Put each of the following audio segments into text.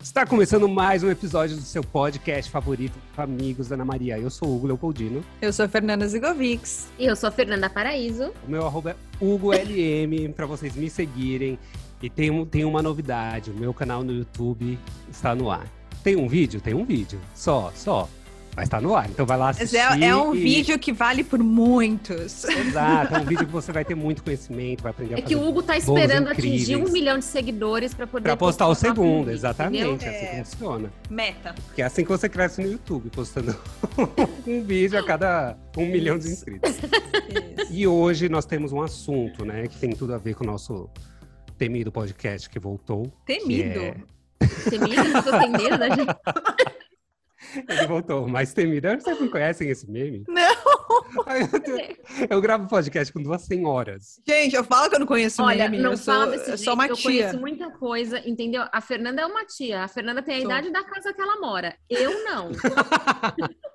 Está começando mais um episódio do seu podcast favorito, Amigos da Ana Maria. Eu sou o Hugo Leopoldino. Eu sou a Fernanda Zigovics. E eu sou a Fernanda Paraíso. O meu arroba é HugoLM, para vocês me seguirem. E tem, um- tem uma novidade, o meu canal no YouTube está no ar. Tem um vídeo? Tem um vídeo. Só, só. Mas está no ar, então vai lá Mas assistir. é, é um e- vídeo que vale por muitos. Exato, é um vídeo que você vai ter muito conhecimento, vai aprender a É que fazer o Hugo tá bolos esperando incríveis. atingir um milhão de seguidores para poder. Pra postar o segundo, vídeo, exatamente. entendeu? É assim que É. funciona. Meta. Porque é assim que você cresce no YouTube, postando um vídeo a cada um milhão de inscritos. E hoje nós temos um assunto, né, que tem tudo a ver com o nosso temido podcast que voltou. Temido. Yeah. Você me eu tô sem medo da gente. Ele voltou, mas temido. Vocês não conhecem esse meme? Não. Ai, meu Deus. Tipo, Eu gravo podcast com duas senhoras. Gente, eu falo que eu não conheço Olha, meme. não eu sou, fala desse eu jeito. sou uma eu tia. conheço muita coisa, entendeu? A Fernanda é uma tia. A Fernanda tem a Sou. idade da casa que ela mora. Eu não.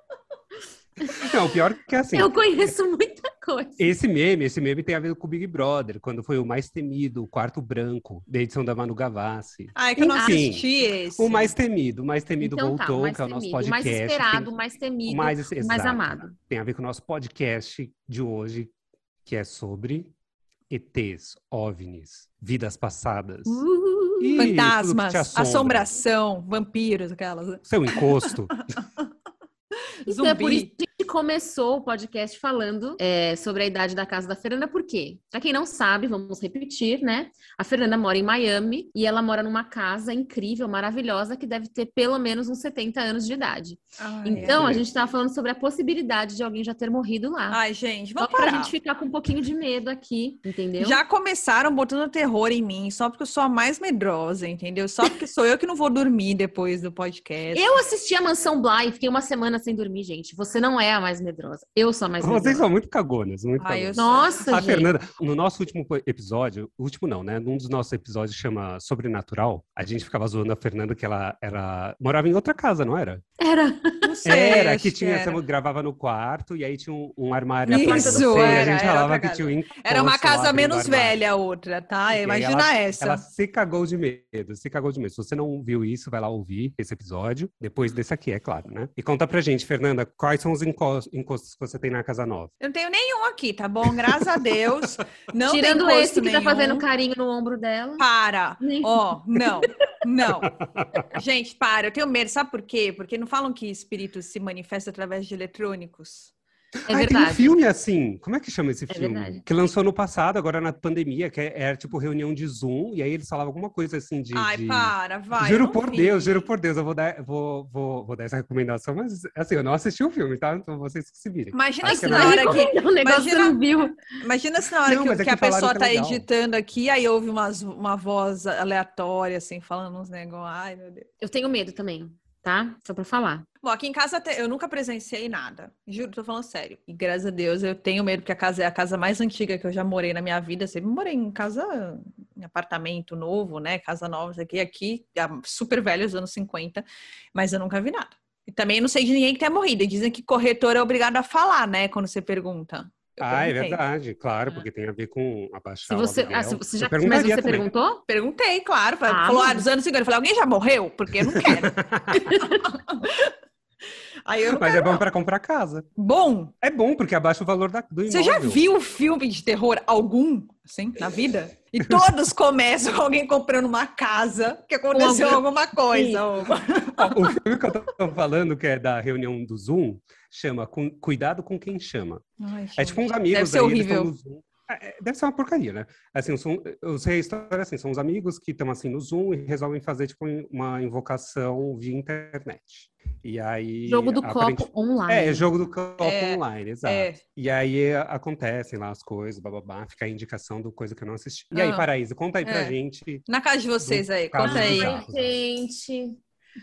Não, o pior que é assim. Eu conheço muita coisa. Esse meme, esse meme tem a ver com o Big Brother, quando foi o mais temido, o quarto branco, da edição da Manu Gavassi. Ai, que eu não Enfim, assisti esse. O mais temido, o mais temido então tá, o voltou, mais que é o nosso temido, o mais podcast. esperado, o mais temido, tem, o o mais, mais, exato. amado. Tem a ver com o nosso podcast de hoje, que é sobre ETs, OVNIs, vidas passadas. Uh! Uhul. e tudo que Uh, Fantasmas, te assombra. assombração, vampiros, aquelas. né? Seu encosto. Então é por isso que a gente começou o podcast falando é, sobre a idade da casa da Fernanda, por quê? Pra quem não sabe, vamos repetir, né? A Fernanda mora em Miami e ela mora numa casa incrível, maravilhosa, que deve ter pelo menos uns 70 anos de idade. Ai, então, é. a gente tava falando sobre a possibilidade de alguém já ter morrido é. lá. Ai, gente, Só vamos pra parar. gente ficar com um pouquinho de medo aqui, entendeu? Já começaram botando terror em mim, só porque eu sou a mais medrosa, entendeu? Só porque sou eu que não vou dormir depois do podcast. Eu assisti a Mansão Bly e fiquei uma semana sem dormir, gente. Você não é a mais medrosa. Eu sou a mais medrosa. Vocês são muito cagonas, muito Ai, eu cagonas. sou- Nossa, A gente. Fernanda, no nosso último po- episódio, o último não, né? Num dos nossos episódios chama Sobrenatural, a gente ficava zoando a Fernanda que ela era morava em outra casa, não era? Era. Não sei, Era, acho que tinha, era. você gravava no quarto e aí tinha um, um armário atrás de Isso, você e a era, gente era falava outra que tinha um encosto Era uma lá casa dentro do menos armário. velha a outra, tá? E aí Imagina essa. Ela se cagou de medo, se cagou de medo. Se você não viu isso, vai lá ouvir esse episódio, Uhum. depois desse aqui, é claro, né? E conta pra gente, Fernanda, quais são os encos- encostos que você tem na casa nova? Eu não tenho nenhum aqui, tá bom? Graças a Deus. Não Tirando tem esse que nenhum. tá fazendo carinho no ombro dela. Para! Nem- Ó, não, não. Gente, para, eu tenho medo, sabe por quê? Porque não falam que espírito se manifesta através de eletrônicos. É Ai, tem um verdade. filme assim. Como é que chama esse filme? verdade. Que lançou no passado, agora na pandemia, que era tipo reunião de Zoom, e aí eles falavam alguma coisa assim de. Ai, de- para, vai. eu juro não por vi. Deus, juro por Deus, eu vou dar, vou, vou, vou dar essa recomendação, mas assim, eu não assisti o filme, tá? Então vocês que se virem. Imagina Ai, se que na não. hora que. O é um negócio que você não viu. Imagina se na hora Não, que, mas é que que a pessoa falaram que tá é legal. editando aqui, aí ouve umas, uma voz aleatória, assim, falando uns negócios. Ai, meu Deus. Eu tenho medo também, tá? Só pra falar. Bom, aqui em casa até- eu nunca presenciei nada. Juro, tô falando sério. E graças a Deus eu tenho medo, porque a casa é a casa mais antiga que eu já morei na minha vida. Sempre morei em casa, em apartamento novo, né? Casa nova, isso aqui, aqui, a- super velha, dos anos 50, mas eu nunca vi nada. E também não sei de ninguém que tenha morrido. E dizem que corretor é obrigado a falar, né? Quando você pergunta. Eu Ah, é perguntei. verdade, claro, porque tem a ver com abaixar Ah. Se você, o aluguel. ah, se Tá, você Eu já, mas perguntaria você também. perguntou? Perguntei, claro. Falei, Ah, falou, ah, mas- dos anos 50. Eu falei, alguém já morreu? Porque eu não quero. Aí eu não Mas é quero, bom não. pra comprar casa. Bom, É bom, porque abaixa o valor da, do imóvel. Você já viu filme de terror algum, assim, na vida? E todos começam com alguém comprando uma casa que aconteceu Com alguma coisa. Ó, O filme que eu tô falando, que é da reunião do Zoom, chama Com- Cuidado com Quem Chama. Ai, É gente. tipo uns Deve amigos ser aí, horrível. eles estão no Zoom. É, é, Deve ser uma porcaria, né? Assim, são, eu sei a história assim, são uns amigos que estão assim no Zoom e resolvem fazer tipo uma invocação via internet. E aí Jogo do aparente- copo online. É, jogo do copo É, online, exato. É. E aí é, acontecem lá as coisas, bababá, fica a indicação do coisa que eu não assisti. E aí, Ah. Paraíso, conta aí pra É. gente. Na casa de vocês aí, Casa conta aí. bizarro. Ai, gente.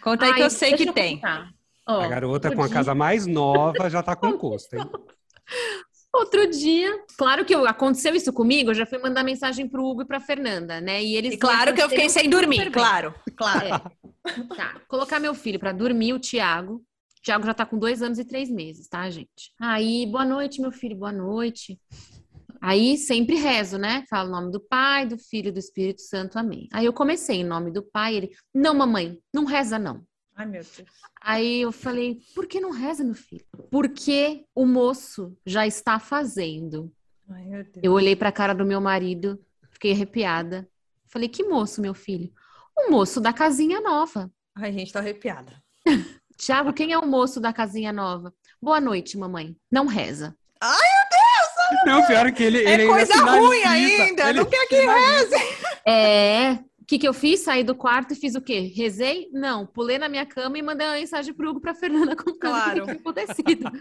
Conta aí que Ai, eu sei deixa que tem. contar. Ó, a garota outro com a dia- casa mais nova já tá com encosto, hein? Outro dia. Claro que eu- aconteceu isso comigo, eu já fui mandar mensagem pro Hugo e pra Fernanda, né? E eles. E claro que eu fiquei sem dormir, bem. claro. Claro. É. Tá. Colocar meu filho pra dormir, o Tiago. O Tiago já tá com dois anos e três meses, tá, gente? Aí, boa noite, meu filho, boa noite. Aí sempre rezo, né? Falo o nome do Pai, do Filho e do Espírito Santo, amém. Aí eu comecei em nome do Pai, ele, não, mamãe, não reza não. Ai, meu Deus. Aí eu falei, por que não reza, meu filho? Porque o moço já está fazendo. Ai, meu Deus. Eu olhei para a cara do meu marido, fiquei arrepiada. Falei, que moço, meu filho? O moço da casinha nova. Ai, gente, tá arrepiada. Tiago, quem é o moço da casinha nova? Boa noite, mamãe. Não reza. Ai, meu Deus! Ai, meu Não, pior que ele. É ele ainda coisa sinaliza. ruim ainda, Ele não quer que reze. É. O que, que eu fiz? Saí do quarto e fiz o quê? Rezei? Não. Pulei na minha cama e mandei uma mensagem pro Hugo pra Fernanda contando Claro. o que tinha acontecido.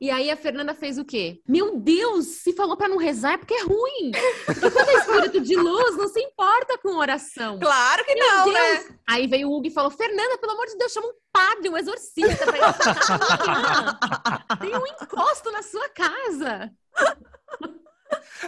E aí a Fernanda fez o quê? Meu Deus, se falou pra não rezar é porque é ruim. Porque quando é espírito de luz, não se importa com oração. Claro que Meu não, né? Deus! Aí veio o Hugo e falou: Fernanda, pelo amor de Deus, chama um padre, um exorcista pra ir lá. Tem um encosto na sua casa.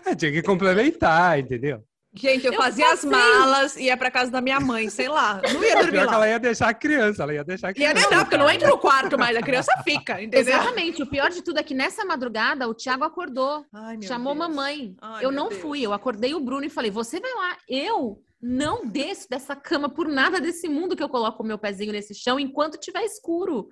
É, tinha que complementar, entendeu? Gente, eu, Eu fazia as passei. malas e ia pra casa da minha mãe, sei lá. Não ia dormir Pior que lá. ela é tipo ia deixar a criança, ela ia deixar a Ia criança. nem dar, porque não entra no quarto mais, a criança fica, entendeu? Exatamente. O pior de tudo é que nessa madrugada o Thiago acordou, Ai, meu chamou Deus. mamãe. Ai, eu meu não Deus. fui, eu acordei o Bruno e falei: Você vai lá, eu. Não desço dessa cama por nada desse mundo que eu coloco o meu pezinho nesse chão enquanto tiver escuro.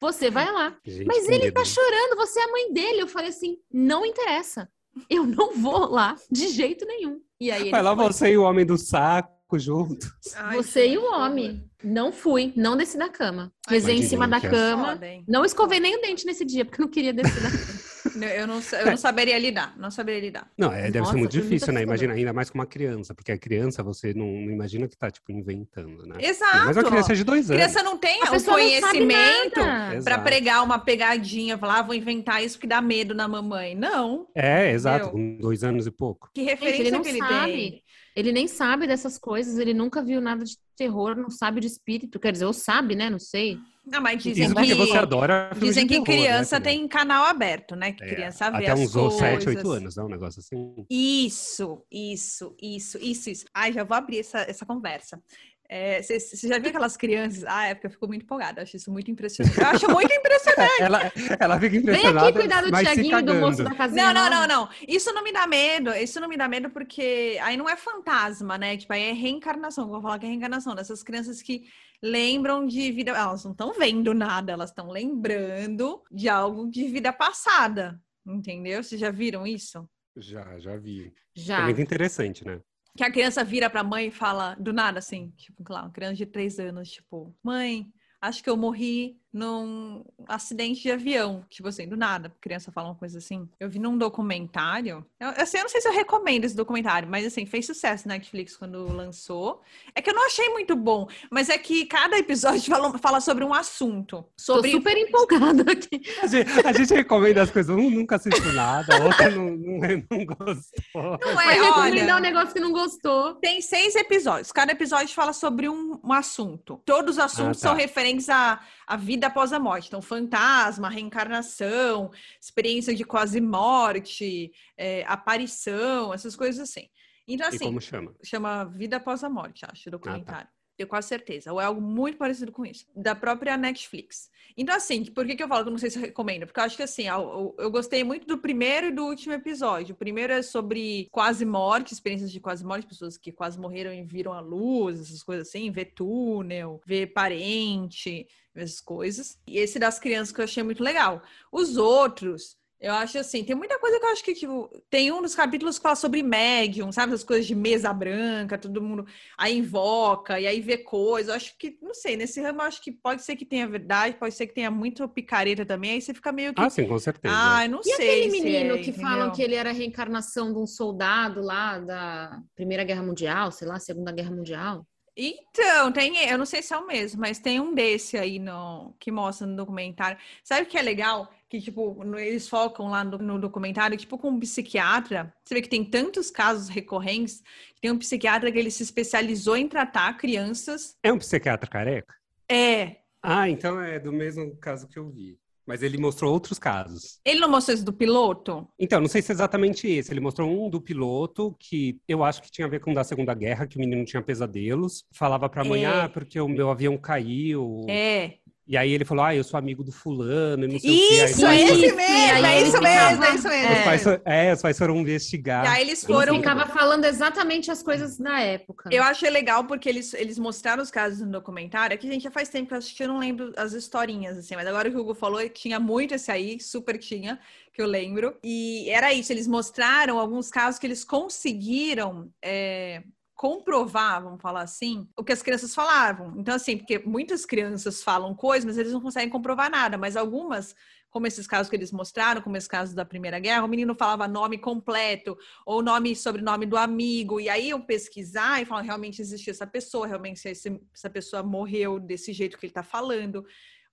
Você vai lá. Gente, Mas que ele medo. tá chorando, você é a mãe dele. Eu falei assim: não interessa. Eu não vou lá de jeito nenhum. E aí ele Vai lá foi. você e o homem do saco junto. Ai, Você gente, e o homem. Não fui, não desci da cama. Rezei em Imagina, cima da que cama. Foda, hein? Não escovei nem o dente nesse dia, porque eu não queria descer da cama. Não, Eu não, sa- eu não saberia lidar, não saberia lidar. Não, é, deve Nossa, ser muito foi muito difícil, né? assustador. Imagina, ainda mais com uma criança, porque a criança você não, não imagina que tá, tipo, inventando, né? Exato. Mas uma criança de dois anos. criança não tem A o pessoa não sabe conhecimento nada. Exato. pra pregar uma pegadinha, falar, ah, vou inventar isso que dá medo na mamãe. Não. É, exato, Meu. com dois anos e pouco. Que Gente, referência ele não que ele tem. sabe. Ele nem sabe dessas coisas, ele nunca viu nada de terror, não sabe de espírito. Quer dizer, ou sabe, né? Não sei. Não, Ah, mas dizem Isso que, porque você adora filme dizem de que terror, né, criança filha? tem canal aberto, né? Que É, criança vê Até as uns coisas. 7, 8 anos, não? Um negócio assim. Isso, isso, isso, isso, isso. Ai, já vou abrir essa, essa conversa. É, Você já viu aquelas crianças? Ah, é porque eu fico muito empolgada, eu acho isso muito impressionante. Eu acho muito impressionante. Ela, ela fica É. Vem impressionada, aqui cuidar do mas se Tiaguinho e do cagando. moço da casinha. Não, não, nova. não, não. Isso não me dá medo. Isso não me dá medo porque aí não é fantasma, né? Tipo, aí é reencarnação. Eu Vou falar que é reencarnação dessas crianças que lembram de vida. Elas não estão vendo nada, elas estão lembrando de algo de vida passada. Entendeu? Vocês já viram isso? Já, já vi. É Já. muito interessante, né? Que a criança vira pra mãe e fala, do nada, assim, tipo, claro, uma criança de três anos, tipo, mãe, acho que eu morri num acidente de avião. Tipo assim, do nada, a criança fala uma coisa assim. Eu vi num documentário. Eu, assim, eu não sei se eu recomendo esse documentário, mas assim, fez sucesso na Netflix quando lançou. É que eu não achei muito bom, mas é que cada episódio fala, fala sobre um assunto. Tô Sobre. super empolgada aqui. A gente, a gente recomenda as coisas. Um nunca assistiu nada, a outra não, não, não gostou. Não Vai é, olha. recomendar um negócio que não gostou. Tem seis episódios. Cada episódio fala sobre um, um assunto. Todos os assuntos tá. são referentes à, à vida após a morte. Então, fantasma, reencarnação, experiência de quase morte, é, aparição, essas coisas assim. Então, E assim, como chama? chama Vida Após a Morte, acho, o documentário. Tenho quase certeza. Ou é algo muito parecido com isso. Da própria Netflix. Então, assim, por que, que eu falo que eu não sei se eu recomendo? Porque eu acho que, assim, eu, eu gostei muito do primeiro e do último episódio. O primeiro é sobre quase morte, experiências de quase morte, pessoas que quase morreram e viram a luz, essas coisas assim, ver túnel, ver parente, essas coisas. E esse das crianças que eu achei muito legal. Os outros. Eu acho assim, tem muita coisa que eu acho que, tipo, tem um dos capítulos que fala sobre médium, sabe? As coisas de mesa branca, todo mundo aí invoca e aí vê coisa. Eu acho que, não sei, nesse ramo eu acho que pode ser que tenha verdade, pode ser que tenha muito picareta também, aí você fica meio que. Ah, sim, com certeza. Ah, eu não E sei. aquele se menino é, que um falam entendeu? que ele era a reencarnação de um soldado lá da Primeira Guerra Mundial, sei lá, Segunda Guerra Mundial? Então, tem, eu não sei se é o mesmo, mas tem um desse aí no, que mostra no documentário. Sabe o que é legal? Que, tipo, no- eles focam lá no, no documentário, tipo, com um psiquiatra. Você vê que tem tantos casos recorrentes, que tem um psiquiatra que ele se especializou em tratar crianças. É um psiquiatra careca? É, Ah, então é do mesmo caso que eu vi. Mas ele mostrou outros casos. ele não mostrou isso do piloto? Então, não sei se é exatamente esse. Ele mostrou um do piloto que eu acho que tinha a ver com o da Segunda Guerra, que o menino tinha pesadelos. Falava pra mãe, É. ah, porque o meu avião caiu. É. E aí ele falou, ah, eu sou amigo do fulano, e não sei Isso, o é quê. Aí os pais- esse mesmo, aí é ele isso ficava- mesmo, é isso mesmo. os pais, foram- é, os pais foram investigar. E aí eles Não sei foram o Ele quê. ficava falando exatamente as coisas da época. Eu achei legal porque eles, eles mostraram os casos no documentário. É que, gente, já faz tempo que eu assisti, eu não lembro as historinhas, assim. Mas agora que o Hugo falou, tinha muito esse aí, super tinha, que eu lembro. E era isso, eles mostraram alguns casos que eles conseguiram... é, comprovar, vamos falar assim, o que as crianças falavam. Então, assim, porque muitas crianças falam coisas, mas eles não conseguem comprovar nada. Mas algumas, como esses casos que eles mostraram, como esse caso da Primeira Guerra, o menino falava nome completo, ou o nome e sobrenome do amigo, e aí eu pesquisar e falar, realmente existe essa pessoa, realmente esse- essa pessoa morreu desse jeito que ele tá falando,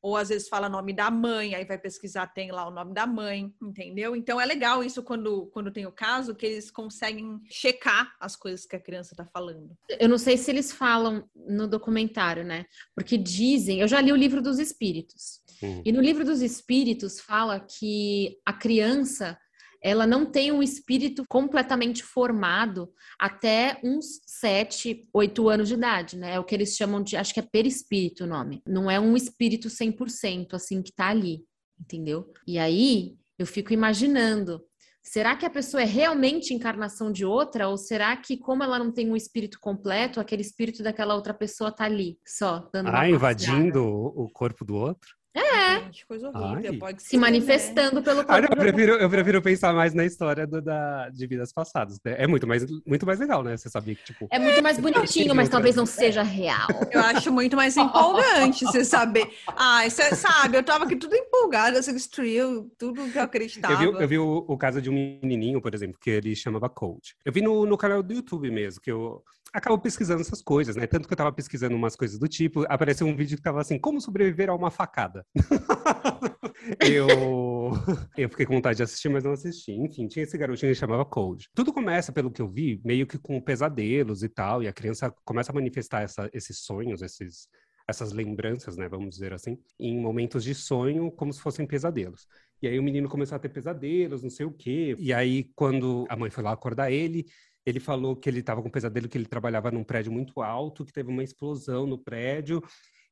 ou às vezes fala nome da mãe, aí vai pesquisar, tem lá o nome da mãe, entendeu? Então é legal isso quando, quando tem o caso, que eles conseguem checar as coisas que a criança tá falando. Eu não sei se eles falam no documentário, né? Porque dizem, eu já li o livro dos espíritos. Uhum. E no livro dos espíritos fala que a criança, ela não tem um espírito completamente formado até uns 7, 8 anos de idade, né? É o que eles chamam de, acho que é perispírito o nome. Não é um espírito 100% assim que tá ali, entendeu? E aí eu fico imaginando Será que a pessoa é realmente encarnação de outra? Ou será que, como ela não tem um espírito completo, aquele espírito daquela outra pessoa tá ali, só, dando uma Ah, passeada? invadindo o o corpo do outro? É. Gente, coisa horrível, Ai. pode Se ser, né? manifestando pelo corpo Ah, não, eu, de outra prefiro, eu prefiro pensar mais na história do- da, de vidas passadas. né? É muito mais, muito mais legal, né? Você sabia que, tipo, É muito mais bonitinho, mas Prefiro, talvez não seja real. Eu acho muito mais empolgante você saber. Ah, você sabe, eu tava aqui tudo empolgada, você destruiu tudo que eu acreditava. Eu vi, eu vi o, o caso de um menininho, por exemplo, que ele chamava Coach. Eu vi no, no canal do YouTube mesmo, que eu acabo pesquisando essas coisas, né? Tanto que eu tava pesquisando umas coisas do tipo, apareceu um vídeo que tava assim, como sobreviver a uma facada. eu, eu fiquei com vontade de assistir, mas não assisti. Enfim, tinha esse garotinho que chamava Coach. Tudo começa, pelo que eu vi, meio que com pesadelos e tal, e a criança começa a manifestar essa- esses sonhos, esses... Essas lembranças, né? Vamos dizer assim, em momentos de sonho, como se fossem pesadelos. E aí o menino começou a ter pesadelos, não sei o quê. E aí, quando a mãe foi lá acordar ele, ele falou que ele estava com pesadelo, que ele trabalhava num prédio muito alto, que teve uma explosão no prédio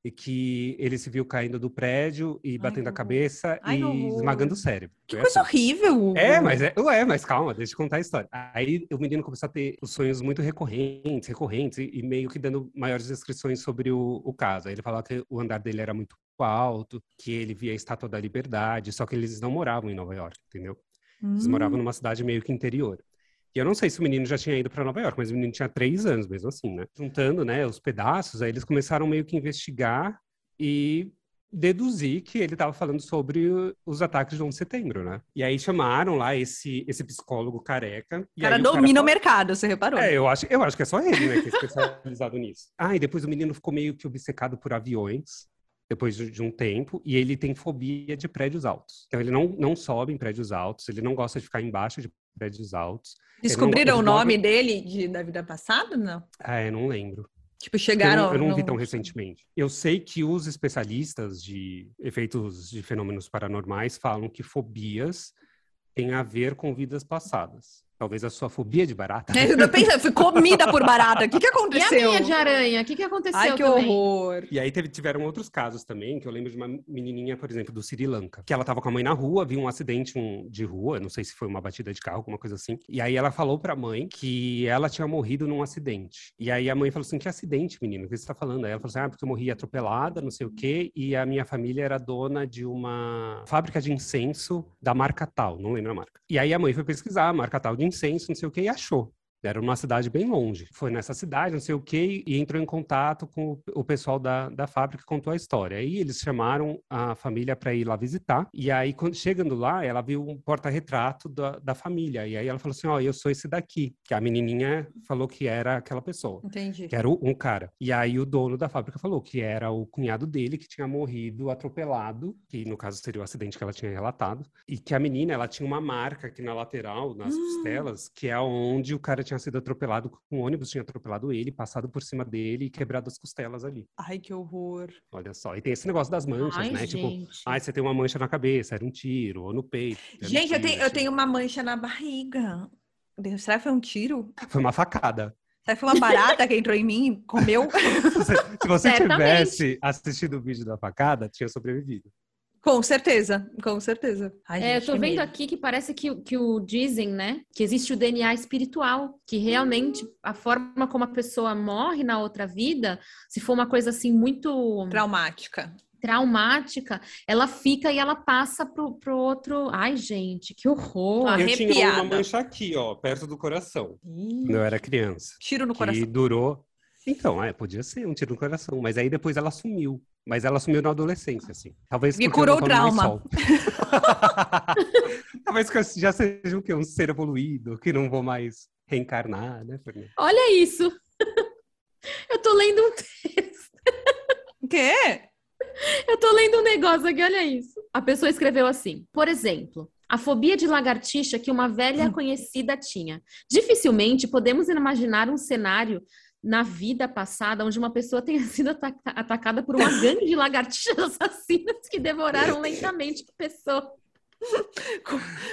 e que ele se viu caindo do prédio e Ai, batendo que a horror. cabeça Ai, e que horror. esmagando o cérebro. Que Foi coisa assim. horrível, Hugo. É, mas é, ué, mas calma, deixa eu contar a história. Aí o menino começou a ter os sonhos muito recorrentes, recorrentes, e, e meio que dando maiores descrições sobre o, o caso. Aí ele falava que o andar dele era muito alto, que ele via a Estátua da Liberdade, só que eles não moravam em Nova York, entendeu? Eles Hum. moravam numa cidade meio que interior. E eu não sei se o menino já tinha ido para Nova York, mas o menino tinha três anos mesmo assim, né? Juntando, né, os pedaços, aí eles começaram meio que investigar e deduzir que ele estava falando sobre o- os ataques de 11 de setembro, né? E aí chamaram lá esse, esse psicólogo careca. O e cara aí domina o, falou- mercado, você reparou? é, eu acho, eu acho que é só ele, né, que é especializado nisso. Ah, e depois o menino ficou meio que obcecado por aviões, depois de, de um tempo, e ele tem fobia de prédios altos. Então ele não, não sobe em prédios altos, ele não gosta de ficar embaixo de prédios altos. Descobriram ele o não- nome dele de- da vida passada? Não. Ah, eu não lembro. Tipo, Eu não- chegaram. eu não vi no- tão recentemente. Eu sei que os especialistas de efeitos de fenômenos paranormais falam que fobias têm a ver com vidas passadas. Talvez a sua fobia de barata. É, Eu tô pensando, fui comida por barata. O que, que E a aconteceu? minha é de aranha? é O que, que aconteceu Ai, que também? horror. E aí teve, tiveram outros casos também, que eu lembro de uma menininha, por exemplo, do Sri Lanka, que ela tava com a mãe na rua, viu um acidente um- de rua, não sei se foi uma batida de carro, alguma coisa assim. E aí ela falou pra mãe que ela tinha morrido num acidente. E aí a mãe falou assim: "Que acidente, menino? O que você tá falando?" Aí ela falou assim: "Ah, porque eu morri atropelada, não sei o quê, e a minha família era dona de uma fábrica de incenso da marca tal, não lembro a marca". E aí a mãe foi pesquisar a marca tal de incenso, não sei o quê, e achou. Era uma cidade bem longe. Foi nessa cidade, não sei o quê, e entrou em contato com o- o pessoal da, da fábrica que contou a história. Aí eles chamaram a família para ir lá visitar. E aí, quando, chegando lá, ela viu um porta-retrato da, da família. E aí ela falou assim: Ó, eu sou esse daqui. Que a menininha falou que era aquela pessoa. Entendi. Que era o- um cara. E aí o dono da fábrica falou que era o cunhado dele que tinha morrido atropelado, que no caso seria o acidente que ela tinha relatado, e que a menina, ela tinha uma marca aqui na lateral, nas Hum. costelas, que é onde o cara tinha sido atropelado, um ônibus tinha atropelado ele, passado por cima dele e quebrado as costelas ali. Ai, que horror. Olha só. E tem esse negócio das manchas, Ai, né? Tipo, gente. ai, você tem uma mancha na cabeça, era um tiro, ou no peito. era um Gente, eu tiro, tenho, eu tipo, tenho uma mancha na barriga. Será que foi um tiro? Foi assim. uma facada. Sabe, foi uma barata que entrou em mim, comeu. Se, se você tivesse assistido o vídeo da facada, tinha sobrevivido. Com certeza, com certeza. Ai, É, eu tô que vendo medo. aqui que parece que, o- que o dizem, né? Que existe o DNA espiritual, que realmente a forma como a pessoa morre na outra vida, se for uma coisa assim muito Traumática. traumática, ela fica e ela passa pro, pro outro. Ai, gente, que horror! Ah, Ai, Eu tinha uma Arrepiada. mancha aqui, ó, perto do coração. Ih, Quando eu era criança. Tiro no que coração. durou. Então, é, podia ser um tiro no coração, mas aí depois ela sumiu. Mas ela sumiu na adolescência, assim. Talvez Me porque eu curou não o tomo mais trauma. sol. Talvez que eu já seja o quê? Um ser evoluído, que não vou mais reencarnar, né, Fernanda? Olha isso! Eu tô lendo um texto, O quê? eu tô lendo um negócio aqui, olha isso. A pessoa escreveu assim, por exemplo. A fobia de lagartixa que uma velha Hum. conhecida tinha. Dificilmente podemos imaginar um cenário na vida passada onde uma pessoa tenha sido ataca- atacada por uma gangue de lagartixas assassinas que devoraram lentamente a pessoa.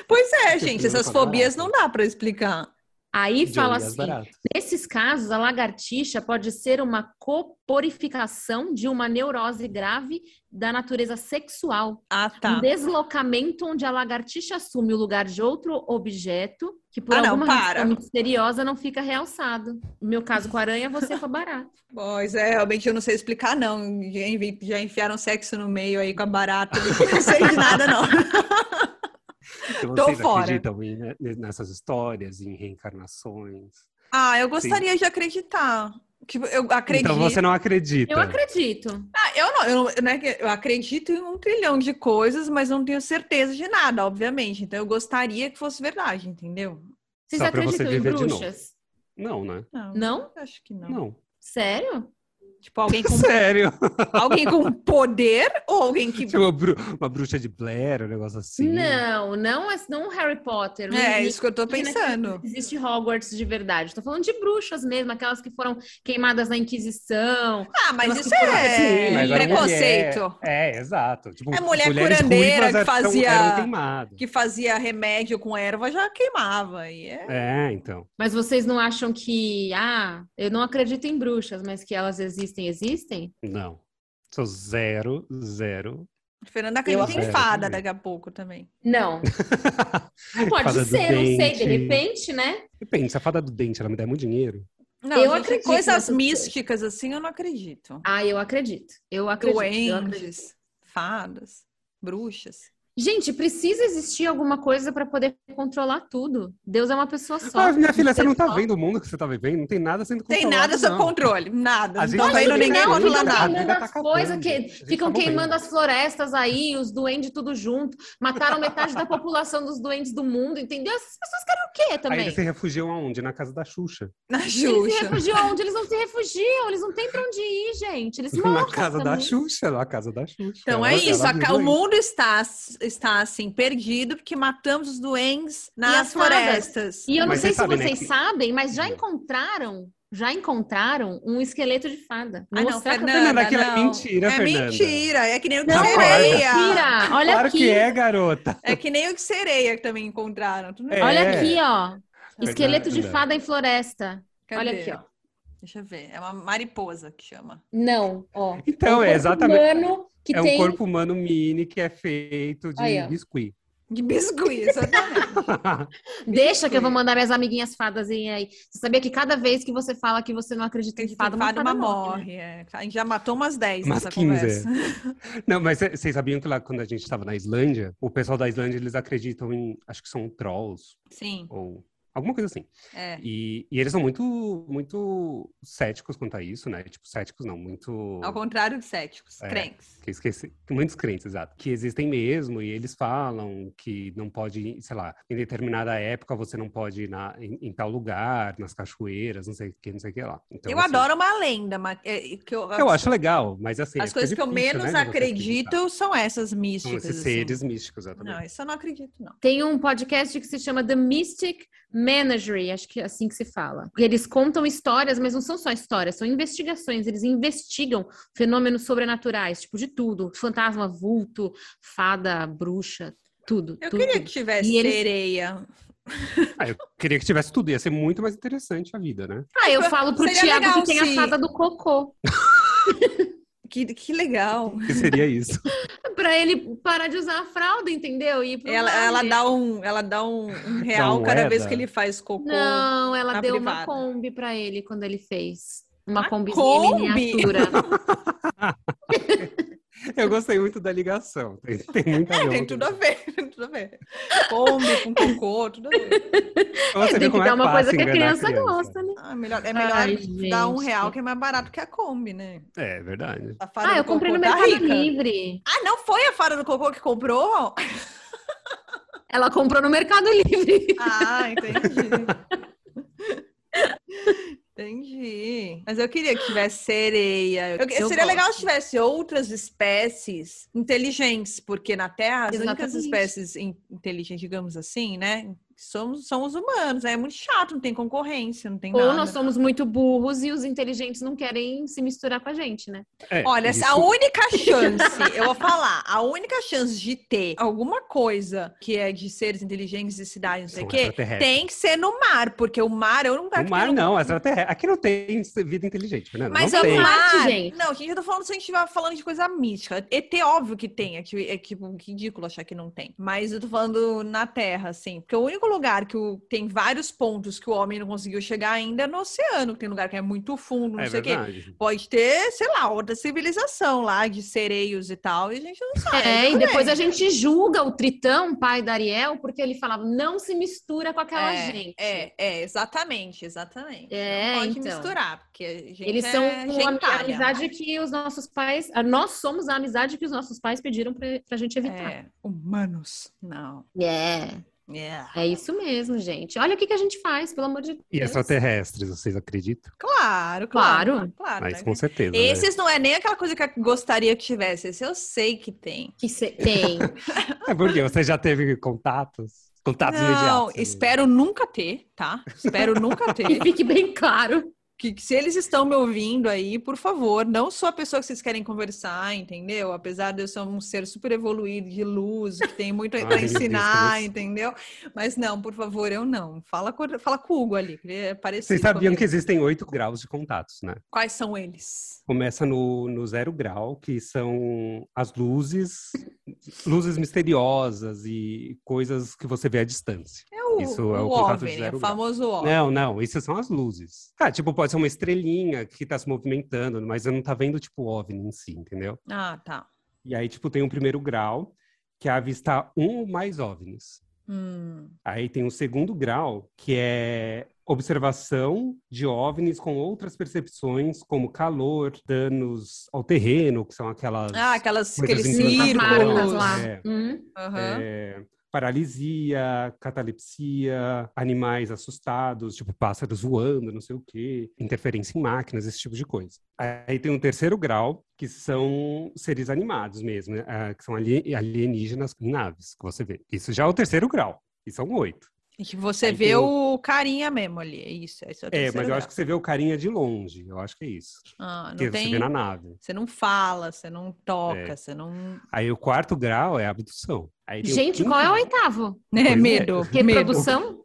Pois é, gente, tiro no essas coração. fobias não dá pra explicar. Aí De fala olhas assim: baratas. Nesses casos, a lagartixa pode ser uma coporificação de uma neurose grave da natureza sexual. Ah, Um tá. deslocamento onde a lagartixa assume o lugar de outro objeto que, por Ah, não, alguma para. razão misteriosa, não fica realçado. No meu caso com a aranha, você com a barata. Pois é, realmente eu não sei explicar, não. Já envi- Já enfiaram sexo no meio aí com a barata. Não sei de nada, não. Se Tô vocês fora. acreditam em, né, nessas histórias, em reencarnações. Ah, eu gostaria de acreditar. Que eu acredito. Então você não acredita. Tá. Eu acredito. Ah, eu não, eu, não- não é que- eu acredito em um trilhão de coisas, mas não tenho certeza de nada, obviamente. Então eu gostaria que fosse verdade, entendeu? Vocês Só pra você acreditam em viver de novo. bruxas? Não, né? Não, Não? acho que não. Não. Sério? Tipo, alguém com, Sério. alguém com poder ou alguém que. Tipo, uma, bru- uma bruxa de Blair, um negócio assim. Não, não, é- não Harry Potter. É Não- isso que eu tô Imagina que pensando. Existe Hogwarts de verdade. Estou falando de bruxas mesmo, aquelas que foram queimadas na Inquisição. Ah, mas Elas isso procuram- é Sim, mas era mulher. preconceito. É, exato. Tipo, É mulher mulheres curandeira ruivas que eram- fazia- eram queimadas. Que fazia remédio com erva já queimava. E é... É, então. Mas vocês não acham que, ah, eu não acredito em bruxas, mas que elas existem, existem? Não. Sou zero, zero. Fernanda acredita acho- em fada É, daqui a pouco também. Não. Pode Fada do ser, não sei, dente. de repente, né? Depende, se a fada do dente ela me der muito dinheiro. Não, Eu gente, acredito coisas nessas místicas assim eu não acredito. Ah, eu acredito. Eu acredito. eu acredito. Duendes, fadas, bruxas. Gente, precisa existir alguma coisa para poder controlar tudo. Deus é uma pessoa só. Ah, minha filha, você não tá Só. vendo o mundo que você tá vivendo? Não tem nada sendo Tem controlado. nada sob não. controle, nada. A Não gente tá tá vendo indo ninguém bem, não, controlar tá ficam nada. queimando A vida as tá coisas, acabando, que a gente ficam tá queimando morrendo. as florestas aí, os duendes tudo junto, mataram metade da população dos duendes do mundo, entendeu? Essas pessoas querem o quê Aí também? eles se refugiam aonde? Na casa da Xuxa. na Eles se Xuxa. refugiam onde? Eles não se refugiam, eles não têm pra onde ir, gente. Eles morrem. Na casa da também. Xuxa, na casa da Xuxa. Então Ela- é isso, ela a ca- viveu o aí. mundo está, está assim, perdido, porque matamos os duendes nas as fadas? florestas. E eu não Mas sei vocês se sabem, né, vocês que- sabem, mas já encontraram, já encontraram um esqueleto de fada. Ai, não, Mostrar pra- Fernanda, Fernanda, aquilo é não. mentira, É Fernanda. mentira, é que nem o que Não, sereia. Mentira! Olha Claro aqui. que é, garota. É que nem o que sereia que também encontraram. Tudo bem. É. Olha aqui, ó. Esqueleto de Fernanda. fada em floresta. Cadê? Olha aqui, ó. Deixa eu ver, é uma mariposa que chama. Não, ó. um Então, é corpo exatamente. humano que é um tem corpo humano mini que é feito de Aí, ó. biscuit. De biscuit, exatamente. Deixa que eu vou mandar minhas amiguinhas fadas irem aí. Você sabia que cada vez que você fala que você não acredita em Tem fada, uma fada, morre. né? morre. é. A gente já matou umas 10 Umas nessa 15, conversa. Não, mas cê- vocês sabiam que lá quando a gente estava na Islândia, o pessoal da Islândia eles acreditam em, acho que são trolls Sim, ou alguma coisa assim. é. E, e eles são muito, muito céticos quanto a isso, né? Tipo céticos não, muito Ao contrário de céticos, É. crentes. que eu esqueci, muitos crentes, exato, que existem mesmo e eles falam que não pode, ir, sei lá, em determinada época você não pode ir na, em, em tal lugar, nas cachoeiras, não sei o que, não sei o que lá. Então, eu assim, adoro uma lenda, mas é, que eu, Eu acho legal, mas assim. as fica coisas que eu difícil, né, menos de você acreditar. acredito são essas São místicas. esses assim. seres místicos, Não, exatamente. isso eu não acredito, não. Tem um podcast que se chama The Mystic Menagerie, acho que é assim que se fala. Porque Eles contam histórias, mas não são só histórias, são investigações. Eles investigam fenômenos sobrenaturais, tipo de tudo: fantasma, vulto, fada, bruxa, tudo. Eu tudo, queria tudo. que tivesse E eles- sereia. Ah, eu queria que tivesse tudo, ia ser muito mais interessante a vida, né? Ah, eu falo pro Seria Thiago legal que tem a se- fada do cocô. Que, que legal. Que seria isso. Pra ele parar de usar a fralda, entendeu? E ir pro Ela, vale. ela dá um, ela dá um, um real moeda? cada vez que ele faz cocô. Não, ela na deu uma privada. Kombi pra ele quando ele fez. Uma Uma Kombi Kombi? em miniatura. Eu gostei muito da ligação. Tem, tem muita É, ver. um tem tudo a ver, tem tudo a ver. Kombi com cocô, tudo a ver. Você vê Tem que como é dar uma fácil coisa que a enganar criança, gosta, né? Ah, melhor, é melhor Ai, dar um gente. real que é mais barato que a Kombi, né? É verdade. A fada Ah, do eu comprei no cocô tá Mercado rica. Livre. Ah, não foi a fada do cocô que comprou? Ela comprou no Mercado Livre. Ah, entendi. entendi. Mas eu queria que tivesse sereia. Eu- seria Eu gosto. legal se tivesse outras espécies inteligentes, porque na Terra as únicas Exatamente. espécies in- inteligentes, digamos assim, né? Somos, são os humanos, né? É muito chato, não tem concorrência, não tem Ou nada. nós somos muito burros e os inteligentes não querem se misturar com a gente, né? É, Olha, isso- a única chance, eu vou falar, a única chance de ter alguma coisa que é de seres inteligentes e cidades, não sei são o quê, extraterrestres. tem que ser no mar, porque o mar é um lugar No que é mar tem não, extraterrestre. Aqui não tem vida inteligente, Fernanda. Mas não é tem. o Marte, mar. gente. Não, gente, eu tô falando se a gente estiver falando de coisa mística. ET, óbvio que tem. É, tipo, é tipo, ridículo achar que não tem. Mas eu tô falando na Terra, assim. Porque o único lugar que o- tem vários pontos que o homem não conseguiu chegar ainda é no oceano. que Tem lugar que é muito fundo, não É sei o quê. verdade. Pode ter, sei lá, outra civilização lá de sereios e tal, e a gente não sabe. É, e tudo depois bem. a gente julga o Tritão, pai da Ariel, porque ele falava, não se mistura com aquela é, gente. É, é, exatamente, exatamente. É, não pode então. misturar, porque a gente Eles são é uma gentalha. amizade que os nossos pais. ah, Nós somos a amizade que os nossos pais pediram pra, pra gente evitar. É, humanos, não. É. é. Yeah. isso mesmo, gente. Olha o que, que a gente faz, pelo amor de Deus. E extraterrestres, vocês acreditam? Claro, claro. Claro. claro Mas né? com certeza. né? Esses não é nem aquela coisa que eu gostaria que tivesse. Esse eu sei que tem. Que cê tem. É porque você já teve contatos? Contatos não, imediatos. né? espero nunca ter, tá? Espero nunca que ter. fique bem claro. Que, que se eles estão me ouvindo aí, por favor, não sou a pessoa que vocês querem conversar, entendeu? Apesar de eu ser um ser super evoluído, de luz, que tem muito Ai, para meu Deus, ensinar, Deus. entendeu? Mas não, por favor, eu não. Fala, com- fala com o Hugo ali, que ele é parecido Vocês sabiam comigo. que existem oito graus de contatos, né? Quais são eles? Começa no, no zero grau, que são as luzes, luzes misteriosas e coisas que você vê à distância. É o, Isso o, é o contato de OVNI, zero o grau. É. famoso OVNI. Não, não, isso são as luzes. Ah, tipo, pode ser uma estrelinha que tá se movimentando, mas você não tá vendo, tipo, OVNI em si, entendeu? Ah, tá. E aí, tipo, tem o primeiro grau, que é avistar um ou mais OVNIs. Hum. Aí tem o segundo grau, que é observação de OVNIs com outras percepções, como calor, danos ao terreno, que são aquelas Ah, aquelas, coisas aqueles em As marcas círculos. lá. É. Hum. Aham. é, paralisia, catalepsia, animais assustados, tipo pássaros voando, não sei o quê, interferência em máquinas, esse tipo de coisa. Aí tem o terceiro grau, que são seres animados mesmo, né? Ah, que são ali- alienígenas em naves, que você vê. Isso já é o terceiro grau, e são oito. E que você Aí vê tem o carinha mesmo ali, é isso. esse é, o É, terceiro mas eu grau. acho que você vê o carinha de longe, eu acho que é isso. Ah, não que tem... você vê na nave. Você não fala, você não toca, É. você não... Aí o quarto grau é a abdução. Aí tem o Gente, quinto qual é o oitavo? É, é. medo, medo. Reprodução?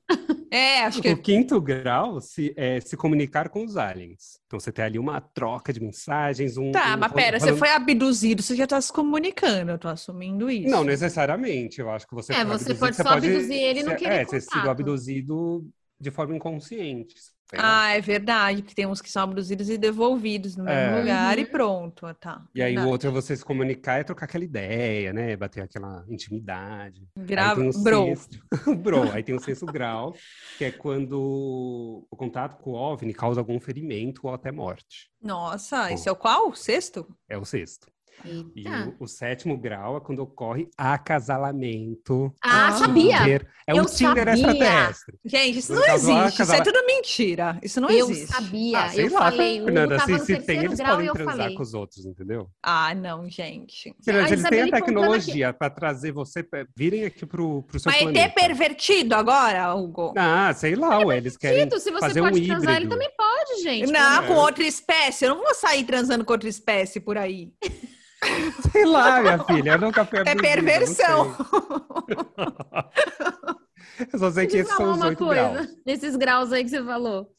É, acho O que... quinto grau se, é se comunicar com os aliens. Então você tem ali uma troca de mensagens, um. Tá, um mas ro- pera, você rolando- foi abduzido, você já tá se comunicando, eu tô assumindo isso. Não né, necessariamente, eu acho que você É, foi você abduzido, pode só abduzir ele e não você- querer É, você sido contato. abduzido de forma inconsciente. sei lá. Ah, é verdade, porque tem uns que são abduzidos e devolvidos no mesmo É. lugar e Uhum. pronto, ah, tá. E aí Verdade. o outro é você se comunicar e trocar aquela ideia, né? Bater aquela intimidade. Aí Grava... tem o Bro, sexto- Bro, aí tem o sexto grau, que é quando o contato com o OVNI causa algum ferimento ou até morte. nossa, Bom. esse é o qual? O sexto? É o sexto. E Eita. o, o sétimo grau é quando ocorre acasalamento. Ah, Ah, sabia! Tinder. É Eu um Tinder sabia! extraterrestre. Gente, isso No não caso, a existe. Isso é casal- tudo mentira. Isso não Eu existe. sabia, Ah, sei eu lá, falei, o Hugo Fernanda, assim, tava se, no se tem, terceiro eles grau e podem eu transar falei. com os outros, entendeu? Ah, não, gente. Fernanda, a eles têm a Isabelle contando tecnologia para trazer você, pra- virem aqui pro, pro seu Mas ET é planeta. pervertido agora, Hugo? Ah, sei lá, ué, eles querem... Tito, se você fazer um pode transar, ele híbrido. também pode, gente. não, né? com outra espécie. Eu não vou sair transando com outra espécie por aí. Sei É lá, minha filha, eu nunca fui É abduzido, não perversão. sei. Eu é só sei É que esses são os oito graus. Nesses graus aí que você falou.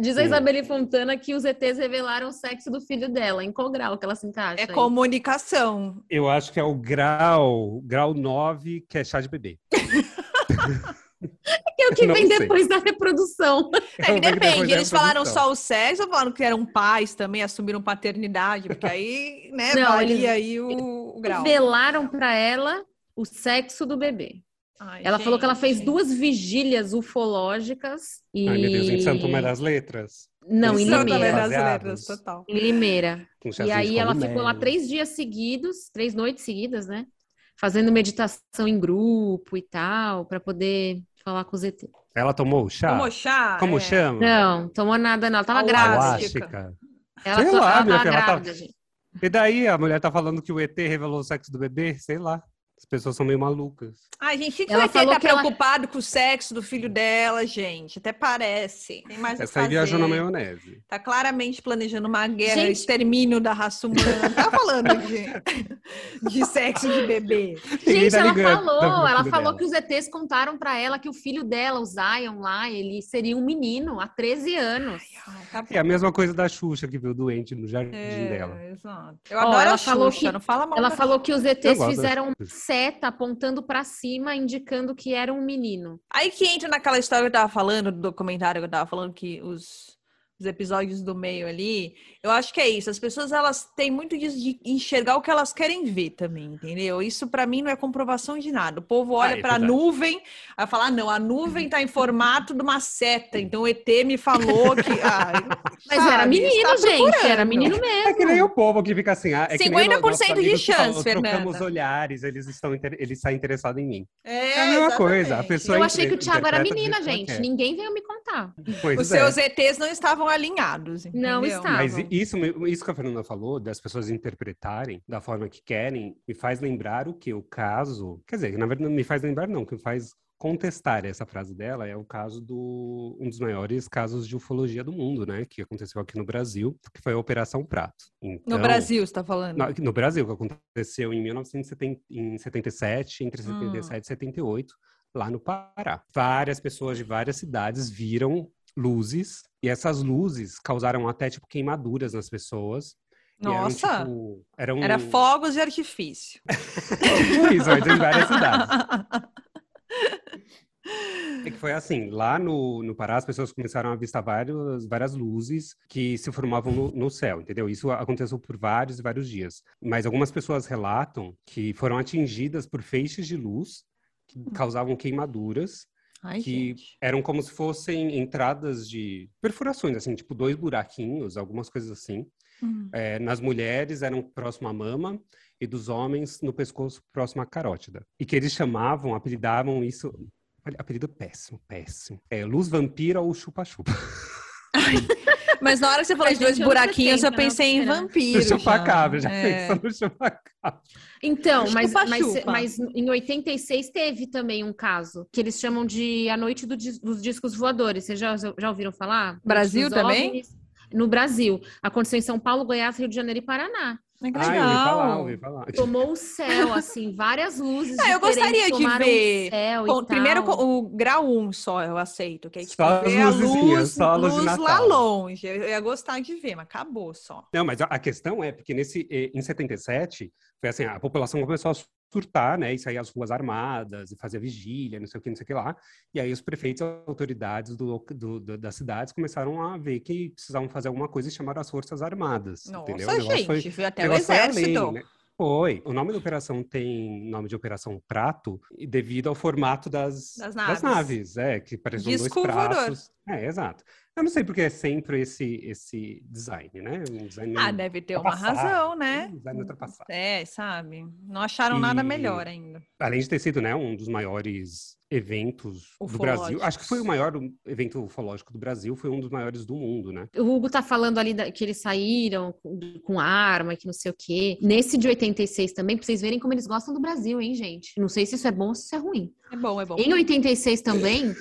Diz a Sim. Isabelle Fontana que os ETs revelaram o sexo do filho dela. Em qual grau que ela se encaixa? É aí? comunicação. Eu acho que é o grau, grau 9, que é chá de bebê. Que é o que Não vem sei. depois da reprodução. É, que Eu vejo que depois depende, da eles falaram reprodução. só o sexo ou falaram que eram pais também, assumiram paternidade? Porque aí, né, Não, varia eles- aí o, o grau. Revelaram pra ela o sexo do bebê. Ai, Ela falou que ela fez gente. duas vigílias ufológicas e Ai, meu Deus, em Santo Tomé das Letras. não em Em Santo Santa Tomé Limeira. das Baseados. Letras, total. Em Limeira. com um E chazinho de aí ela cogumelo. ficou lá três dias seguidos, três noites seguidas, né? Fazendo meditação em grupo e tal, pra poder falar com o ZT. Ela tomou o chá? Como chá? Tá. Como é. chama? Não, tomou nada, não. Ela tava Ao grávida. lado. Ayahuasca. Ela, Sei to- lá, ela minha tava filha, ela tava- grávida, gente. E daí a mulher tá falando que o ET revelou o sexo do bebê? Sei lá. As pessoas são meio malucas. Ai, gente, o que que Ela vai ter falou tá que ela- preocupado com o sexo do filho dela, gente? Até parece. Tem mais o que Essa aí viajou na fazer. maionese. Tá claramente planejando uma guerra, Gente- extermínio da raça humana. Tá falando de, de sexo de bebê. Ninguém Gente, tá ela ligando pro falou, ela filho falou dela. que os ETs contaram pra ela que o filho dela, o Zion lá, ele seria um menino há 13 anos. Ai, tá bom. É a mesma coisa da Xuxa que viu doente no jardim dela. É, exato. Eu Ó, adoro ela a falou Xuxa, que- não fala mal Ela da falou que os Eu ETs gosto dessa fizeram coisa. seta apontando pra cima, indicando que era um menino. Aí que entra naquela história que eu tava falando, do documentário que eu tava falando, que os, os episódios do meio ali, eu acho que é isso. As pessoas, elas têm muito disso de enxergar o que elas querem ver também, entendeu? Isso pra mim não é comprovação de nada. O povo olha Ah, é pra verdade. nuvem, vai falar, "Ah, não, a nuvem tá em formato de uma seta, então o ET me falou que... Ah, Mas sabe, era tá está menino, gente, era procurando. menino mesmo. É que nem o povo que fica assim. Ah, é que nem 50% nossos de amigos que Trocamos chance, Fernanda." olhares, eles estão inter... ele está interessado em mim. É, É a mesma coisa, a exatamente. pessoa- Eu achei que o Thiago era interpreta do menina, jeito que é. ela gente. quer. Ninguém veio me contar. Pois Os é. seus ETs não estavam alinhados, entendeu? Não está. Mas estavam. isso, isso que a Fernanda falou, das pessoas interpretarem da forma que querem, me faz lembrar o que? O caso. Quer dizer, na verdade, não me faz lembrar, não, o que me faz contestar essa frase dela é o caso do um dos maiores casos de ufologia do mundo, né? Que aconteceu aqui no Brasil, que foi a Operação Prato. No Então, Brasil, você tá falando? na- No Brasil, que aconteceu em 1977, Hum. entre 77 e 78, lá no Pará. Várias pessoas de várias cidades viram luzes, e essas luzes causaram até, tipo, queimaduras nas pessoas. E eram, Nossa! tipo, eram- Era fogos de artifício. Tipo isso, mas em várias cidades. É que foi assim, lá no, no Pará as pessoas começaram a avistar vários, várias luzes que se formavam no, no céu, entendeu? Isso aconteceu por vários e vários dias. Mas algumas pessoas relatam que foram atingidas por feixes de luz que causavam queimaduras Ai, Que- gente. eram como se fossem entradas de perfurações, assim, tipo dois buraquinhos, algumas coisas assim. Hum. É, nas mulheres eram próximo à mama e dos homens no pescoço próximo à carótida. E que eles chamavam, apelidavam isso. olha, Apelido péssimo, péssimo. É luz vampira ou chupa-chupa. é Mas na hora que você falou Ai, de dois gente, anos buraquinhos, 70, eu pensei em né? Será? vampiro. Chupa-cabra, já É. pensou no chupa-cabra. Então, mas, Chupa, mas, chupa. mas em 86 teve também um caso que eles chamam de A Noite do Dis- dos Discos Voadores. Vocês já, já ouviram falar? Brasil Noite dos também? OVNIs. No Brasil. Aconteceu em São Paulo, Goiás, Rio de Janeiro e Paraná. Ai, que Ah, eu ouvi falar, legal. ouvi falar. Tomou o céu, assim, várias luzes. Ah, eu diferentes gostaria de tomaram o ver. céu e Bom, primeiro tal. o grau 1 um só eu aceito, que é tipo Só as ver a luzinhas, luz, só a luz de luz lá Natal. longe. Eu ia gostar de ver, mas acabou só. Não, mas a- a questão é porque nesse eh, em 77 foi assim, a população começou a surtar, né, e sair às ruas armadas e fazer vigília, não sei o que, não sei o que lá. E aí os prefeitos, as autoridades do, loca- do- do- das cidades começaram a ver que precisavam fazer alguma coisa e chamaram as forças armadas, Nossa, entendeu? O negócio gente, foi- viu até o é negócio foi além, exército. né? Foi. O nome da operação tem nome de Operação Prato e devido ao formato das, das Das naves. naves. é, que pareciam Disco dois voador. braços. É, exato. Eu não sei porque é sempre esse, esse design, né? Um design Ah, meio deve ter uma ultrapassado, razão, né? um design ultrapassado. É, sabe? Não acharam nada E- melhor ainda. Além de ter sido, né, um dos maiores eventos do Brasil. Acho que foi o maior evento ufológico do Brasil, foi um dos maiores do mundo, né? O Hugo tá falando ali da- que eles saíram com, com arma, que não sei o quê. Nesse de 86 também, pra vocês verem como eles gostam do Brasil, hein, gente? Não sei se isso é bom ou se isso é ruim. É bom, é bom. Em 86 também,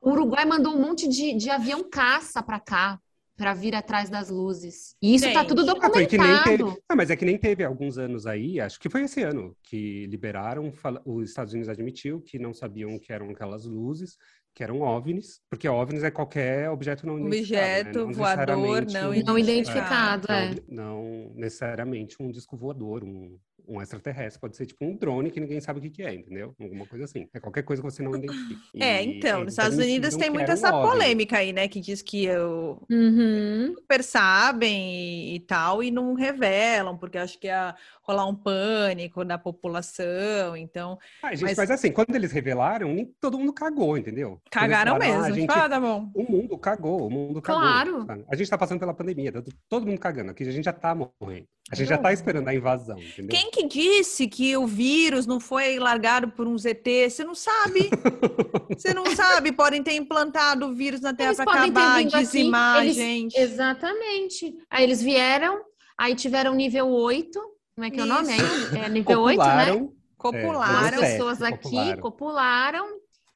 o Uruguai mandou um monte de, de avião caça pra cá. para vir atrás das luzes. E isso Gente. tá tudo Ah, Ah, foi que nem teve... documentado. ah, mas é que nem teve alguns anos aí, acho que foi esse ano, que liberaram, fala- os Estados Unidos admitiu que não sabiam que eram aquelas luzes, que eram OVNIs, porque OVNIs é qualquer objeto não identificado. Objeto né? voador necessariamente não um- Não identificado, Não, é. não necessariamente um disco voador, um, um extraterrestre. Pode ser tipo um drone que ninguém sabe o que, que é, entendeu? Alguma coisa assim. É qualquer coisa que você não identifica. É, E então, eles nos Estados Unidos admitiram tem que era muita um essa OVNI. polêmica aí, né? Que diz que eu Uhum. super sabem e, e tal, e não revelam, porque acho que ia rolar um pânico na população, então Ah, gente, Mas- mas... assim, quando eles revelaram, nem todo mundo cagou, entendeu? Quando eles cagaram falaram, mesmo. "Ah, a gente- Fala, tá bom. O mundo cagou, o mundo cagou. Claro. sabe? A gente tá passando pela pandemia, tá todo mundo cagando. Aqui a gente já tá morrendo. A gente já tá Não. esperando a invasão, entendeu? Quem que disse que o vírus não foi largado por um ZT? Você não sabe. Você não sabe. Podem ter implantado o vírus na Terra Eles para podem ter acabar, vindo aqui, dizimar, a eles- gente. Exatamente. Aí eles vieram, aí tiveram nível 8. Como é que é o nome aí? É nível 8, né? Copularam, As Copularam. Copularam. pessoas Certo, aqui copularam. copularam.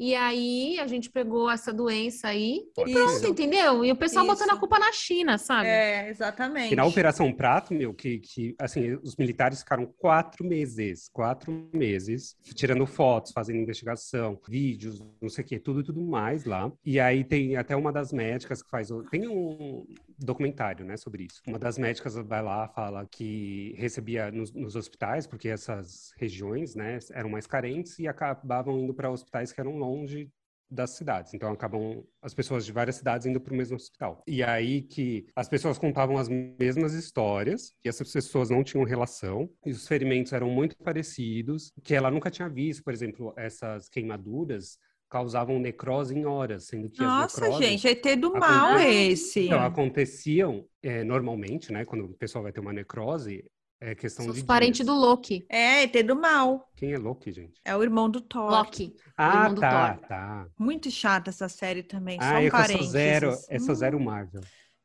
E aí a gente pegou essa doença aí. pode Pronto. ser. Isso, entendeu? E o pessoal Isso. botando a culpa na China, sabe? É, exatamente. E na Operação Prato, meu, que, que, assim, os militares ficaram quatro meses, quatro meses, tirando fotos, fazendo investigação, vídeos, não sei o que, tudo e tudo mais lá. E aí tem até uma das médicas que faz. o- Tem um documentário, né, sobre isso. Uma das médicas vai lá, fala que recebia nos, nos hospitais, porque essas regiões, né, eram mais carentes e acabavam indo para hospitais que eram longe das cidades. Então acabam as pessoas de várias cidades indo para o mesmo hospital. E é aí que as pessoas contavam as mesmas histórias, que essas pessoas não tinham relação, e os ferimentos eram muito parecidos, que ela nunca tinha visto, por exemplo, essas queimaduras causavam necrose em horas, sendo que assim, as Nossa, necroses gente, é ter do mal Acontece. esse. então, aconteciam eh, normalmente, né, quando o pessoal vai ter uma necrose, é questão São de os parentes do dias. Loki. É, ET do mal. Quem é louco, gente? É o irmão do Thor. Loki. Ah, irmão do tá, Thor. tá. Muito chata essa série também. Ah, Só um eu, que eu sou parênteses. zero, eu sou Hum, zero Marvel.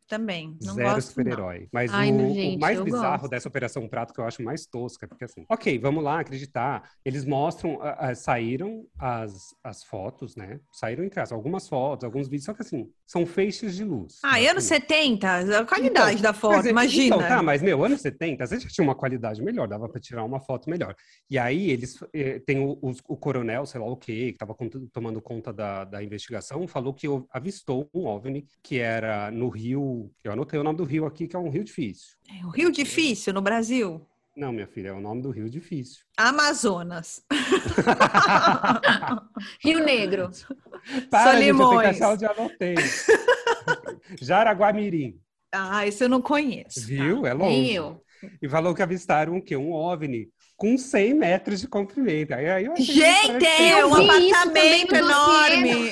Também. Não Zero gosto, não. super-herói. Mas Ai, o, não, o gente, mais eu bizarro gosto. dessa Operação Prato, que eu acho mais tosca, porque assim, ok, vamos lá acreditar. Eles mostram, ah, ah, saíram as, as fotos, né? Saíram em casa, algumas fotos, alguns vídeos, só que assim, são feixes de luz. né? Assim, Ah, eu não anos sei 70, a qualidade da foto, mas é- imagina. Então, tá, mas, meu, anos 70, às vezes já tinha uma qualidade melhor, dava pra tirar uma foto melhor. E aí, eles, eh, tem o, os- o coronel, sei lá o quê, que tava cont- tomando conta da, da investigação, falou que o- avistou um OVNI que era no rio, eu anotei o nome do rio aqui, que é um rio difícil. É, o Rio Difícil, no Brasil. Não, minha filha, é o nome do rio difícil. Amazonas. É, Rio Negro. Para, gente, eu tenho Solimões. que achar onde eu anotei. Jaraguamirim, Ah, isso eu não conheço. viu? É longe. Nem eu. E falou que avistaram o quê? Um OVNI com 100 metros de comprimento. Aí, aí eu achei Gente, é Eu um vi isso também apartamento no enorme.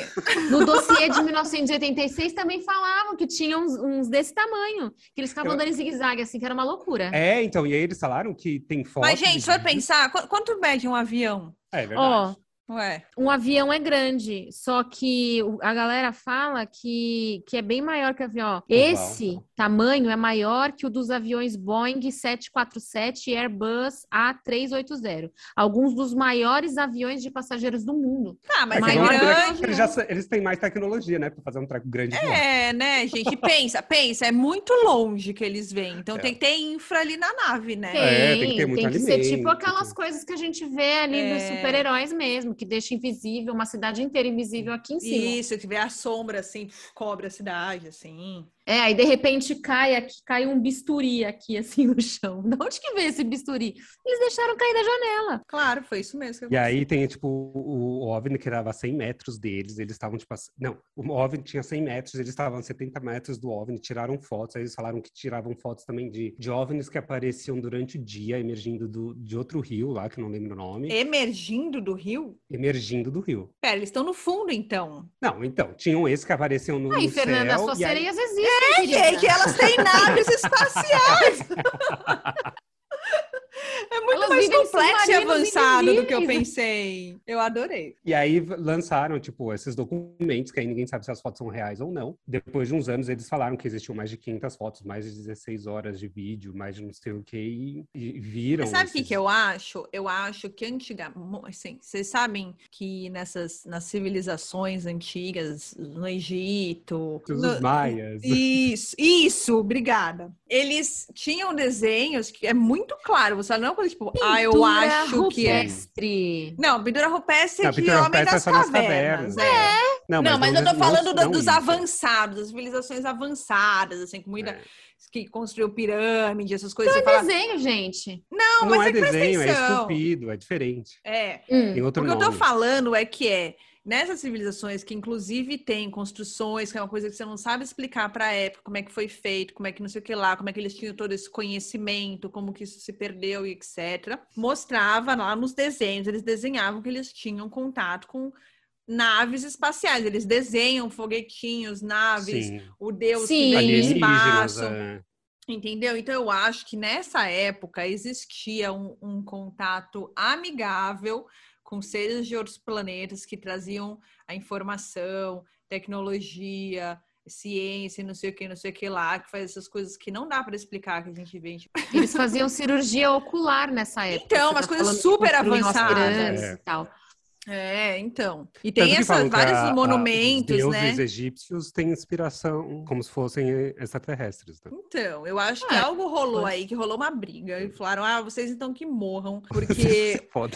No dossiê de 1986 também falavam que tinha uns, uns desse tamanho. Que eles ficavam Eu- dando em zigue-zague, assim, que era uma loucura. É, então, e aí eles falaram que tem foto. Mas, gente, de se for vídeo. pensar, qu- quanto mede um avião? É verdade. Ó, Ué, um avião é grande, só que o- a galera fala que, que é bem maior que o avião. Esse tamanho é maior que o dos aviões Boeing 747 e Airbus A380. Alguns dos maiores aviões de passageiros do mundo. tá, mas, Mas é é um maior que o grande. Eles, já sa- eles têm mais tecnologia, né? Pra fazer um treco grande. de volta. É, né, gente? Pensa, pensa, é muito longe que eles vêm. Então É. tem que ter infra ali na nave, né? É, tem que ter muito tem que ser tipo alimento. aquelas coisas que a gente vê ali dos É. super-heróis mesmo, que deixa invisível uma cidade inteira invisível aqui em cima. Isso, que vê a sombra assim, pf, cobre a cidade, assim. É, aí de repente cai aqui, cai um bisturi aqui assim no chão. De onde que veio esse bisturi? Eles deixaram cair da janela. Claro, foi isso mesmo. que E aí tem, tipo, o o OVNI que dava 100 metros deles, eles estavam, tipo, assim- não, o OVNI tinha 100 metros, eles estavam a 70 metros do OVNI, tiraram fotos, aí eles falaram que tiravam fotos também de, de OVNIs que apareciam durante o dia, emergindo do, de outro rio lá, que eu não lembro o É. nome, Emergindo do rio? emergindo do rio. Pera, eles estão no fundo, então. Não, então, tinham esses que apareciam no, Aí, no Fernanda, céu, suas e aí- sereias existem, querida. É que elas têm naves espaciais. é muito Elas mais vivem complexo e submarinos avançado do que eu invisíveis. pensei. Eu adorei. E aí v- lançaram, tipo, esses documentos, que aí ninguém sabe se as fotos são reais ou não. Depois de uns anos, eles falaram que existiam mais de 500 fotos, mais de 16 horas de vídeo, mais de não sei o que, e, e viram. Sabe o que, esses- que eu acho? Eu acho que antiga, assim, vocês sabem que nessas nas civilizações antigas, no Egito, no- Os maias. Isso, isso, obrigada. Eles tinham desenhos que é muito claro, você não é uma coisa tipo, ah, eu Pintura acho que é. rupestre. Não, pintura rupestre Não, é de pintura homem rupestre é das só nas cavernas. cavernas, é. Não, Não, mas, não- eu tô não- falando da- não dos isso. avançados, das civilizações avançadas, assim, como ainda É. que construiu pirâmide, essas coisas. Você É fala, desenho, gente. não, Não, mas é é que presta desenho, é atenção. esculpido, é diferente. É, Hum. Tem O outro que nome. eu tô falando é que é nessas civilizações que inclusive tem construções, que é uma coisa que você não sabe explicar para a época, como é que foi feito, como é que não sei o que lá, como é que eles tinham todo esse conhecimento, como que isso se perdeu e etc. Mostrava lá nos desenhos, eles desenhavam que eles tinham contato com naves espaciais, eles desenham foguetinhos, naves, Sim, o deus Sim. que vem do alienígenas. espaço. é. Entendeu? Então eu acho que nessa época existia um, um contato amigável com seres de outros planetas que traziam a informação, tecnologia, ciência, não sei o que, não sei o que lá, que faz essas coisas que não dá para explicar que a gente vê. tipo, Eles faziam cirurgia ocular nessa época. Então, Você umas coisas tá falando que super construíam as avançadas. pirâmides É. E tal. É, então. E Tanto tem que essa, falam que vários a- a- monumentos, os né? deuses egípcios têm inspiração como se fossem extraterrestres. né? Então, eu acho que Ah, algo rolou pois. aí, que rolou uma briga. E falaram, ah, vocês então que morram, porque Foda.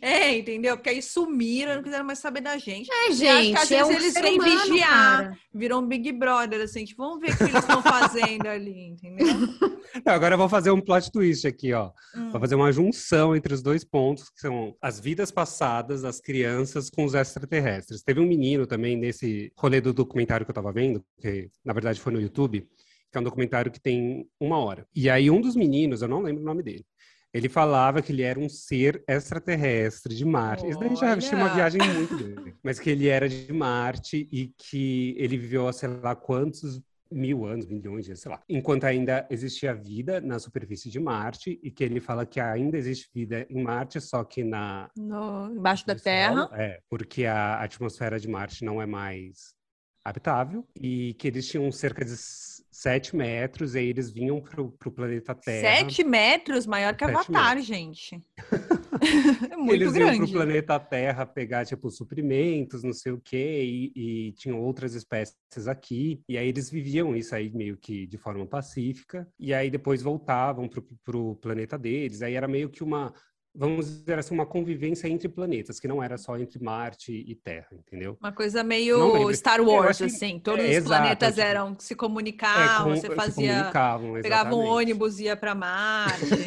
é, entendeu? Porque aí sumiram, não quiseram mais saber da gente. É, acho que às gente, é vezes um eles ser vêm humano, vigiar. cara. Virou um Big Brother, assim, tipo, vamos ver o que eles estão fazendo ali, entendeu? Não, agora eu vou fazer um plot twist aqui, ó. Hum. Vou fazer uma junção entre os dois pontos, que são as vidas passadas das crianças com os extraterrestres. Teve um menino também nesse rolê do documentário que eu tava vendo, que na verdade foi no YouTube, que é um documentário que tem uma hora. E aí um dos meninos, eu não lembro o nome dele, ele falava que ele era um ser extraterrestre de Marte. Isso daí já Olha! achei uma viagem muito grande. Mas que ele era de Marte e que ele viveu, há sei lá, quantos mil anos, milhões de anos, sei lá. Enquanto ainda existia vida na superfície de Marte e que ele fala que ainda existe vida em Marte, só que na No- embaixo da no terra. solo, é, porque a atmosfera de Marte não é mais habitável e que eles tinham cerca de s- sete metros e aí eles vinham pro, pro planeta Terra. Sete metros maior que Sete Avatar, gente. é muito eles iam grande. pro planeta Terra pegar, tipo, suprimentos, não sei o quê, e, e tinham outras espécies aqui. E aí eles viviam isso aí meio que de forma pacífica. E aí depois voltavam pro, pro planeta deles. Aí era meio que uma, vamos dizer assim, uma convivência entre planetas, que não era só entre Marte e Terra, entendeu? Uma coisa Não meio lembro. Star Eu Wars, achei- assim. Todos é, os exato, planetas tipo, eram que se É, comunicavam, com- você se fazia. comunicavam, Pegava um exatamente. ônibus e ia pra Marte.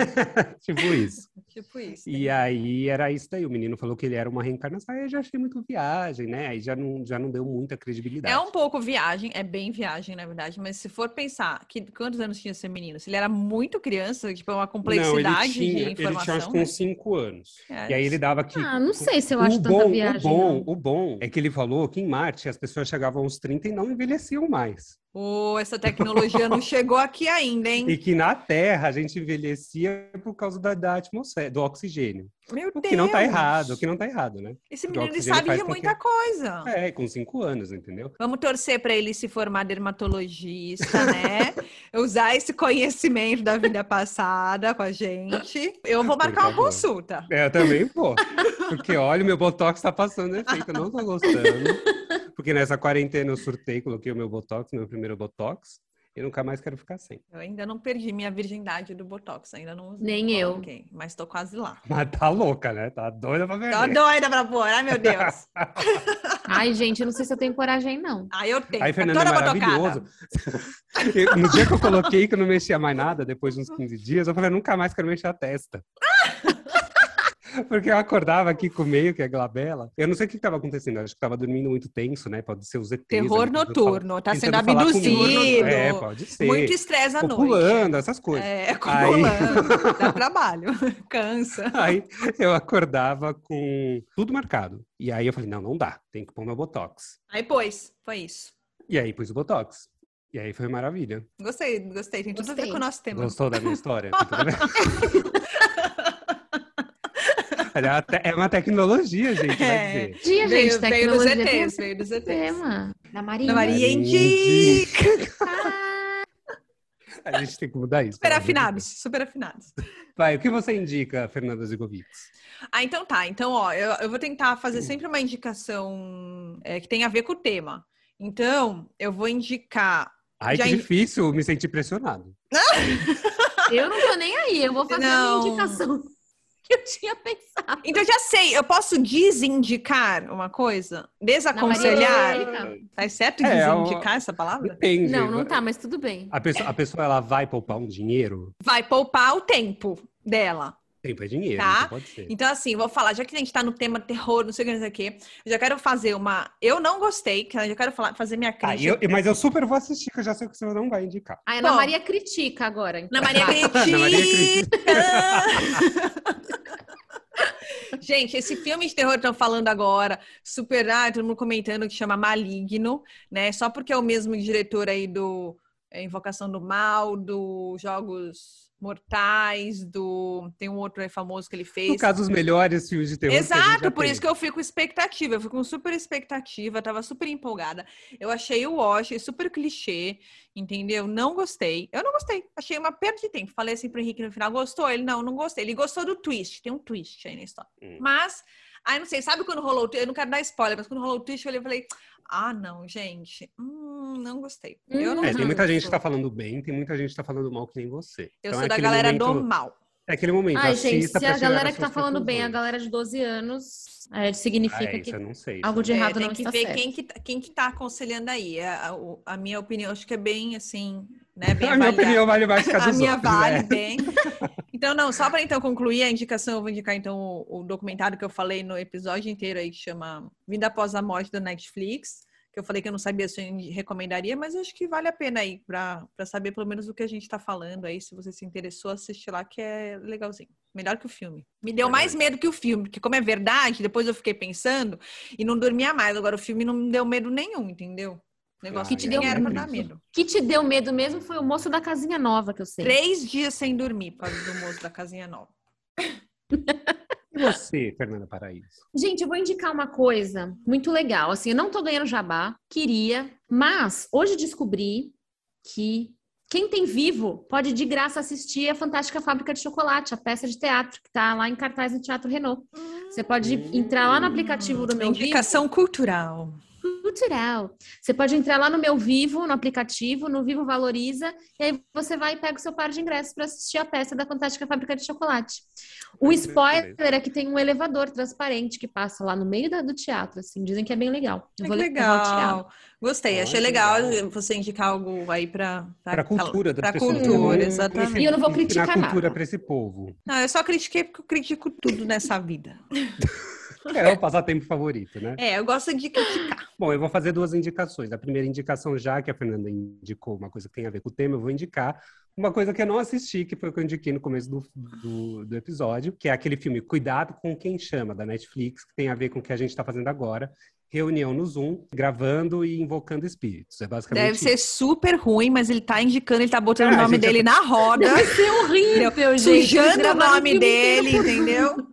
tipo isso. tipo isso. E aí era isso daí. O menino falou que ele era uma reencarnação. Aí eu já achei muito viagem, né? Aí já não, já não deu muita credibilidade. É um pouco viagem, é bem viagem, na verdade, mas se for pensar que quantos anos tinha esse menino? Se ele era muito criança, tipo, é uma não, ele complexidade tinha, de Ele tinha acho informação. que uns 5 anos. né? E aí ele dava que. Ah, não sei se eu acho o tanta bom, viagem. o bom, não. o bom é que ele falou que em Marte as pessoas chegavam aos 30 e não envelheciam mais. Ô, essa tecnologia não chegou aqui ainda, E hein? que na Terra a gente envelhecia por causa da, da atmosfera, do oxigênio. Meu O Deus! que não tá errado, o que não tá errado, né? Esse do menino ele oxigênio sabe faz de com que- muita coisa. É, com 5 anos, entendeu? Vamos torcer para ele se formar dermatologista, né? Usar esse conhecimento da vida passada com a gente. Eu vou marcar uma favor. consulta. É, Eu também, pô. Porque olha, o meu Botox tá passando efeito, eu não tô gostando. Porque nessa quarentena eu surtei, coloquei o meu Botox, meu primeiro Botox, e nunca mais quero ficar sem. Eu ainda não perdi minha virgindade do Botox, ainda não usei. Nem eu. Ok, mas tô quase lá. Mas tá louca, né? Tá doida pra ver. Tô doida pra pôr, ai meu Deus. Ai, gente, eu não sei se eu tenho coragem, não. Aí eu tenho. Aí, tá Fernando, é toda maravilhoso. botocada. Eu- no dia que eu coloquei, que eu não mexia mais nada, depois de uns 15 dias, eu falei, eu nunca mais quero mexer a testa. Porque eu acordava aqui com o meio, que é glabela. Eu não sei o que estava acontecendo, eu acho que estava dormindo muito tenso, né? Pode ser os ETs. Terror ali, tentando falar- noturno, tá sendo então, tentando falar comigo. abduzido. É, pode ser. muito estresse à Ou noite. pulando, essas coisas. Aí- É, acumulando. Dá trabalho. Cansa. Aí eu acordava com tudo marcado. E aí eu falei, não, não dá, tem que pôr meu Botox. Aí pôs, foi isso. E aí pus o Botox. E aí foi maravilha. Gostei, gostei. Tem tudo a ver Gostei. com o nosso tema. Tipo, Gostou da minha história? Tá tudo bem? Até- É uma tecnologia, gente, vai É. dizer. Dia, gente, veio dos tecnologia tem ETs, esse veio dos ETs. tema. Na Maria. Ah, Na Maria Entendi. Indica. A gente tem que mudar isso. Super pelo amor de afinados, super afinados. Deus. Vai, o que você indica, Fernanda Zigovics? Ah, então tá. Então, ó, eu, eu vou tentar fazer sempre uma indicação é, que tem a ver com o tema. Então, eu vou indicar. Ai, Já que in- difícil, me senti pressionado. Eu não tô nem aí, eu vou fazer a Não. minha indicação que eu tinha pensado. Então, já sei, eu posso desindicar uma coisa? Desaconselhar? Não, Maria, Tá certo É, eu- desindicar essa palavra? Depende. Não, não tá, mas tudo bem. A pessoa, a pessoa, ela vai poupar um dinheiro? Vai poupar o tempo dela. Tempo é dinheiro, Tá. então pode ser. Então, assim, vou falar, já que a gente tá no tema terror, não sei o que, não sei o que, eu já quero fazer uma. Eu não gostei, que eu já quero falar, fazer minha Tá, crítica. eu- mas eu super vou assistir, que eu já sei que você não vai indicar. A Ana Bom. Maria critica agora. então. Na Maria Vai. Ana Maria Critica! Gente, esse filme de terror que estão falando agora, super, ah, todo mundo comentando que chama Maligno, né? Só porque é o mesmo diretor aí do é, Invocação do Mal, do Jogos Mortais, do... Tem um outro aí famoso que ele fez. No caso, os melhores filmes de terror. Exato, por isso que eu fico com expectativa. Eu fico com super expectativa, eu tava super empolgada. Eu achei o Wash super clichê, entendeu? Não gostei. Eu não gostei. Achei uma perda de tempo. Falei assim pro Henrique no final: gostou? Ele não, não gostei. Ele gostou do twist. Tem um twist aí na história. Hum. Mas, aí não sei, sabe quando rolou o twist? Eu não quero dar spoiler, mas quando rolou o twist, eu olhei e falei: ah, não, gente. Hum, não gostei. Eu não É, tem muita gosto. gente que tá falando bem, tem muita gente que tá falando mal que nem você. Eu Então, sou é da aquele galera do momento- mal. É aquele momento. Ai, assista gente, se pra a tirar galera as que tá suas falando bem é a conclusões. galera de 12 anos, é, Ah, significa é, que isso eu não sei. algo isso de É, errado tem não que está ver certo. quem que, tá- quem que tá aconselhando aí. A, o- a minha opinião, acho que é bem assim, né? Bem eu não sei. A minha avaliada. opinião vale mais que a A dos minha outros, vale né? bem. Então, não, só para então concluir a indicação, eu vou indicar então o, o documentário que eu falei no episódio inteiro aí, que chama Vida Após a Morte da Netflix, que eu falei que eu não sabia se eu indi- recomendaria, mas acho que vale a pena aí para saber pelo menos o que a gente está falando aí, se você se interessou, assiste lá, que é legalzinho. Melhor que o filme. Me deu mais medo que o filme, porque como é verdade, depois eu fiquei pensando e não dormia mais. Agora o filme não me deu medo nenhum, entendeu? O negócio Que que te te deu era para medo? dar medo. que te deu medo mesmo foi o moço da casinha nova que eu sei. Três dias sem dormir por causa do moço da casinha nova. E você, Fernanda Paraíso? Gente, eu vou indicar uma coisa muito legal. Assim, eu não tô ganhando jabá, queria, mas hoje descobri que quem tem vivo pode de graça assistir a Fantástica Fábrica de Chocolate, a peça de teatro que tá lá em cartaz no Teatro Renault. Você pode entrar lá no aplicativo do meu vivo. Indicação cultural. cultural. Você pode entrar lá no meu Vivo, no aplicativo, no Vivo Valoriza, e aí você vai e pega o seu par de ingressos para assistir a peça da Fantástica Fábrica de Chocolate. O Ai, spoiler beleza. é que tem um elevador transparente que passa lá no meio da- do teatro, assim, dizem que é bem legal. Eu Ai, vou que levar o teatro. legal. Gostei, Olha, achei legal, legal. você indicar algo aí para Para a cultura das Para pessoas. cultura, Vamos exatamente. E eu não vou ensinar criticar cultura nada. para esse povo. Não, eu só critiquei porque eu critico tudo nessa vida. É o passatempo favorito, né? É, eu gosto de criticar. Bom, eu vou fazer duas indicações. A primeira indicação, já que a Fernanda indicou uma coisa que tem a ver com o tema, eu vou indicar uma coisa que eu não assisti, que foi o que eu indiquei no começo do, do, do episódio, que é aquele filme Cuidado com Quem Chama, da Netflix, que tem a ver com o que a gente está fazendo agora. Reunião no Zoom, gravando e invocando espíritos. É basicamente Deve ser isso. super ruim, mas ele tá indicando, ele tá Ah, botando o nome gente, eu- dele na roda, Vai ser horrível, gente. sujando o Gravar um nome filme dele, inteiro. entendeu?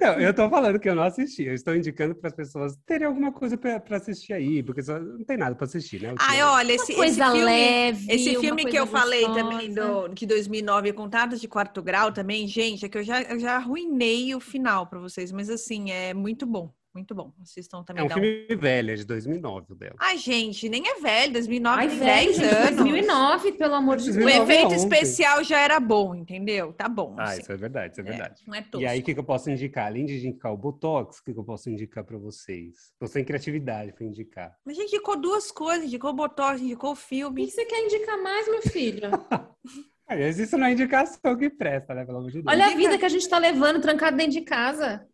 Não, eu estou falando que eu não assisti. Eu estou indicando para as pessoas terem alguma coisa para assistir aí, porque só, não tem nada para assistir, né? Ai, olha, esse, Uma esse coisa filme... leve. Esse uma filme que coisa eu falei gostosa. também, do, de 2009, Contatos de Quarto Grau também, gente, é que eu já, eu já arruinei o final pra vocês, mas assim, é muito bom, muito bom. Assistam também. É um dá filme velho, é de 2009 o dela. Ai, gente, nem é velho, 2009 Ai, tem velho, 10 gente, anos. 2009, pelo amor de O 2009 Deus. é efeito ontem. especial já era bom, entendeu? Tá bom. Ah, assim. isso é verdade, isso é É, verdade. não é E tosco. aí, o que, que eu posso indicar? Além de indicar o Botox, o que, que eu posso indicar para vocês? Tô sem criatividade para indicar. Mas a gente indicou duas coisas, indicou o Botox, indicou o O que filme. que você quer indicar mais, meu filho? Aliás, isso não é indicação que presta, né? Pelo amor de Deus. Olha a Diga. vida que a gente tá levando, trancado dentro de casa.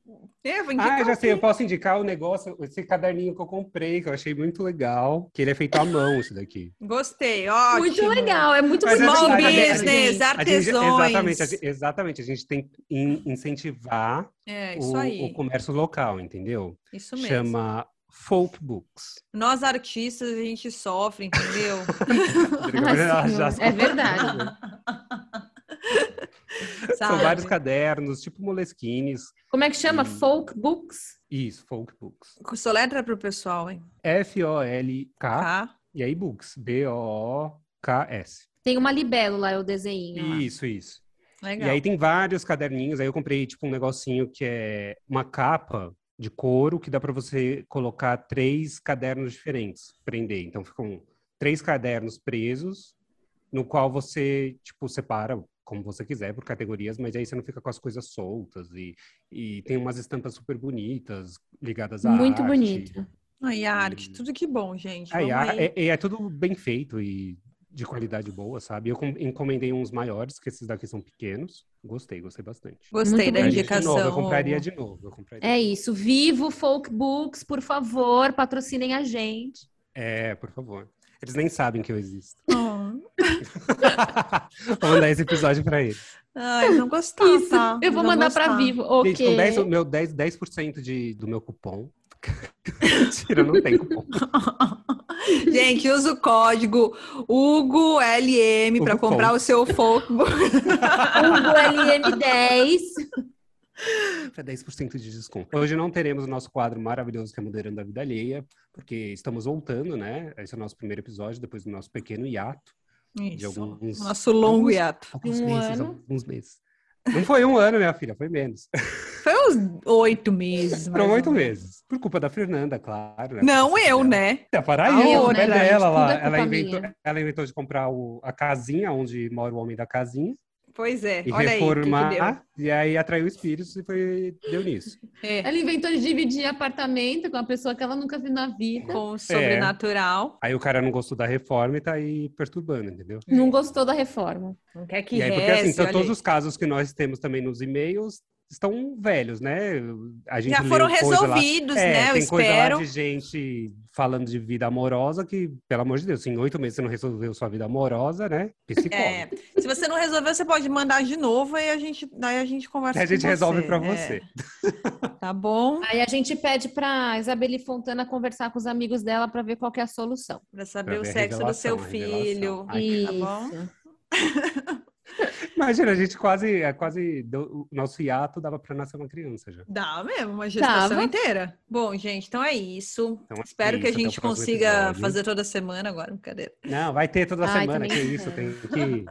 É, vou ah, indicar eu já o sei, eu filme. posso indicar o negócio, esse caderninho que eu comprei, que eu achei muito legal, que ele é feito à mão, isso daqui. Gostei, ótimo. Muito legal, é muito Mas é assim. bonito. Small verdade, a gente- business, A gente- artesões. exatamente, a gente, exatamente, a gente tem que in- incentivar É, isso o, o aí. comércio local, entendeu? Isso mesmo. Chama Folk Books. Nós artistas, a gente sofre, entendeu? Ai, senhor, é verdade. São vários cadernos, tipo moleskines. Como é que chama? Hum. Folk Books? Isso, folk books. Soletra pro pessoal, hein? F-O-L-K, Tá? e aí books. B-O-O-K-S. Tem uma libélula, é o desenho. lá. Isso, isso. Legal. E aí tem vários caderninhos. Aí eu comprei, tipo, um negocinho que é uma capa de couro que dá pra você colocar três cadernos diferentes, prender. Então ficam três cadernos presos, no qual você, tipo, separa como você quiser por categorias, mas aí você não fica com as coisas soltas. E, e tem umas estampas super bonitas ligadas à Muito arte. bonito. Aí a arte, tudo que bom, gente. Aí, Vamos Hum. a- aí. é, é- é tudo bem feito e de qualidade boa, sabe? Eu com- encomendei uns maiores, que esses daqui são pequenos. Gostei, gostei bastante. Gostei Muito da bonito. Compraria de indicação. novo, eu compraria de novo. Eu compraria. É isso. Vivo Folk Books, por favor, patrocinem a gente. É, por favor. Eles nem sabem que eu existo. Oh. vou mandar esse episódio pra eles. Ai, não gostar, Isso. tá? Eu vou Não mandar gostar. pra Vivo. Gente, com Ok. 10, o meu 10, 10% de, do meu cupom. Mentira, não tem cupom. Gente, usa o código HugoLM para Hugo comprar Conte. o seu folk book. Hugo LM10. Pra 10% de desconto. Hoje não teremos o nosso quadro maravilhoso que é Moderando a Vida Alheia, porque estamos voltando, né? Esse é o nosso primeiro episódio, depois do nosso pequeno hiato. De Isso. alguns, Nosso longo alguns- hiato. Alguns Um meses, ano. alguns meses. Não foi um ano, minha filha, foi menos. Foi uns oito meses. mais Foram ou oito menos. meses. Por culpa da Fernanda, claro. né? Não Por culpa eu, dela. né? É, para A aí, outra, é dela gente, tudo lá. é culpa Ela inventou, minha. ela inventou de comprar o- a casinha onde mora o homem da casinha Pois é. e Olha aí. o que que reformar. deu. e aí atraiu espíritos e foi, deu nisso. É. Ela inventou de dividir apartamento com uma pessoa que ela nunca viu na vida. É. Com o sobrenatural. Aí o cara não gostou da reforma e tá aí perturbando, entendeu? Não gostou da reforma. Não quer que e aí, porque reze, assim, então, olha todos aí. os casos que nós temos também nos e-mails estão velhos, né? A gente já leu foram coisa lá- resolvidos, É, né? Eu tem coisa lá espero. de gente falando de vida amorosa que, pelo amor de Deus, em oito meses você não resolveu sua vida amorosa, né? Psicólogo. É, se você não resolveu, você pode mandar de novo e a gente, daí a gente conversa a gente com resolve você. pra É, você. tá bom? Aí a gente pede pra Isabelle Fontana conversar com os amigos dela pra ver qual que é a solução. Pra Pra saber o ver a sexo do seu revelação, a revelação. filho. Ai, que Isso. tá bom. Imagina, a gente quase, é, quase deu- o nosso hiato dava pra nascer uma criança já. Dá mesmo, uma gestação Dava. inteira. Bom, gente, então é isso. Então é Espero que a isso, até o gente próximo consiga episódio. fazer toda semana agora, brincadeira. Não, vai ter toda Ai, semana, também que isso, tem quero. que,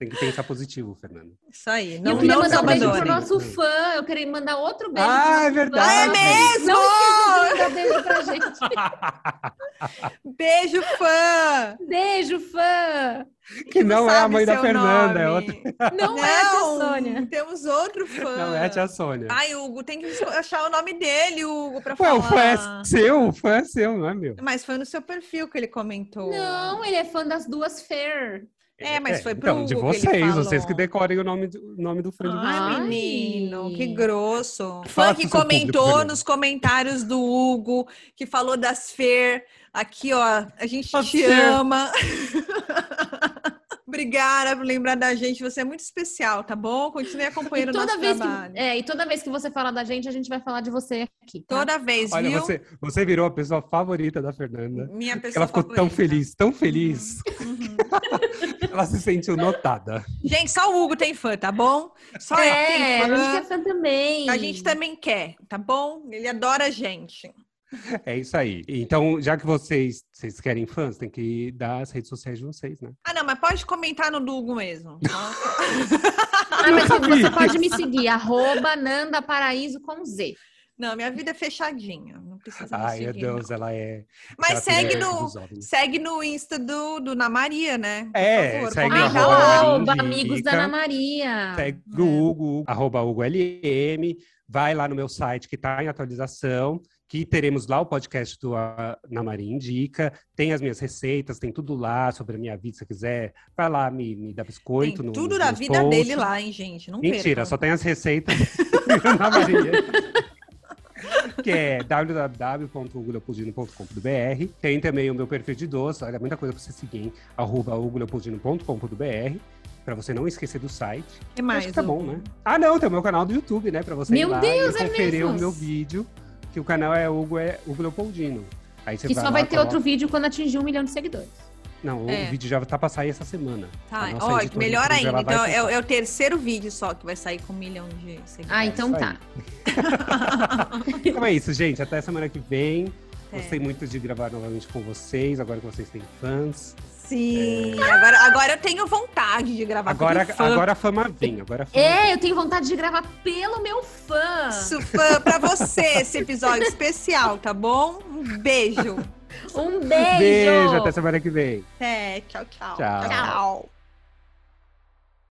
tem que pensar positivo, Fernando. Isso aí. E eu Não, queria não tá mandar um beijo pro abandonando. abandone. nosso fã. Eu queria mandar outro beijo. Ah, pro nosso é verdade. fã. Ah, é mesmo? Não esqueça de mandar beijo pra gente. Beijo, fã! Beijo, fã. Que não, é a sabe mãe da seu Fernanda, é nome. outra- Não, é a tia Sônia. temos outro fã. não é a tia Sônia. Ai, Hugo, tem que achar o nome dele, Hugo, pra Ué, falar. o fã é seu, o fã é seu, não é meu. Mas foi no seu perfil que ele comentou. Não, ele é fã das duas Fer. É, mas foi pro Então, de Hugo que ele vocês, falou. vocês que decorem o nome do, o nome do fã de vocês. Ai, Ai. menino, que grosso. Fã Faça que o seu público, comentou Fernanda. nos comentários do Hugo, que falou das Fer. Aqui, ó, a gente As te Fer. ama. Obrigada por lembrar da gente. Você é muito especial, tá bom? Continue E acompanhando o toda, nosso vez trabalho. que, é, e toda vez que você fala da gente, a gente vai falar de você aqui. tá? Toda vez, Olha, viu? você, você virou a pessoa favorita da Fernanda. Minha pessoa Ela ficou tão favorita. Uhum. feliz, tão feliz. Ela se sentiu notada. Gente, só o Hugo tem fã, tá bom? Só É, eu a que gente tem é fã. fã também. né? A gente também quer, tá bom? Ele adora a gente. É isso aí. Então, já que vocês, vocês querem fãs, tem que dar as redes sociais de vocês, né? Ah, não, mas pode comentar no do Hugo mesmo. tá? Ah, mas Nunca vi. você pode me seguir, arroba Nanda Paraíso com Z. Não, minha vida é fechadinha. Não precisa me Ai, meu seguir. Deus, ela é. não. Mas ela segue tem medo no, dos ovnis. segue no Insta do, do Na Maria, né? Por É, favor, segue comenta Arroba lá. Maria Arroba Indica. amigos da Ana Ah, Maria. Segue né? o Hugo, arroba Hugo LM, vai lá no meu site que está em atualização, que teremos lá o podcast do A- Ana Maria Indica, tem as minhas receitas, tem tudo lá sobre a minha vida, se você quiser, vai lá, me, me dá Tem biscoito. no- tudo nos da meus vida posts. dele lá, hein, gente? Não Mentira, percam. só tem as receitas da Ana Maria. Que é www.hugoleopoldino.com.br. Tem também o meu perfil de doce. Olha, muita coisa pra você seguir, hein? Arroba hugoleopoldino.com.br. Pra você não esquecer do site. O que Acho mais? que tá Hugo? bom, né? Ah, não, tem o meu canal do YouTube, né? Pra você Meu ir lá Deus, e é conferir mesmo? o meu vídeo, que o canal é Hugo, é Hugo Leopoldino. Aí você Que vai só lá, vai ter coloca- outro vídeo quando atingir um milhão de seguidores. Não, o vídeo já tá pra sair essa semana. Tá, A nossa ó, editora melhor de vídeo, ela vai ainda. Então é, postar. o- é o terceiro vídeo só que vai sair com um milhão de seguidores. Ah, então isso tá. Então é isso, gente. Até semana que vem. É. Gostei muito de gravar novamente com vocês, agora que vocês têm fãs. Sim. Agora, agora eu tenho vontade de gravar. Agora, porque fã, agora a fama vem, agora a fama É, eu tenho vontade de gravar pelo meu fã. Isso, fã, pra você esse episódio especial, tá bom? Um beijo. Um vem. beijo. Beijo, até semana que vem. Até, tchau, tchau. Tchau. tchau.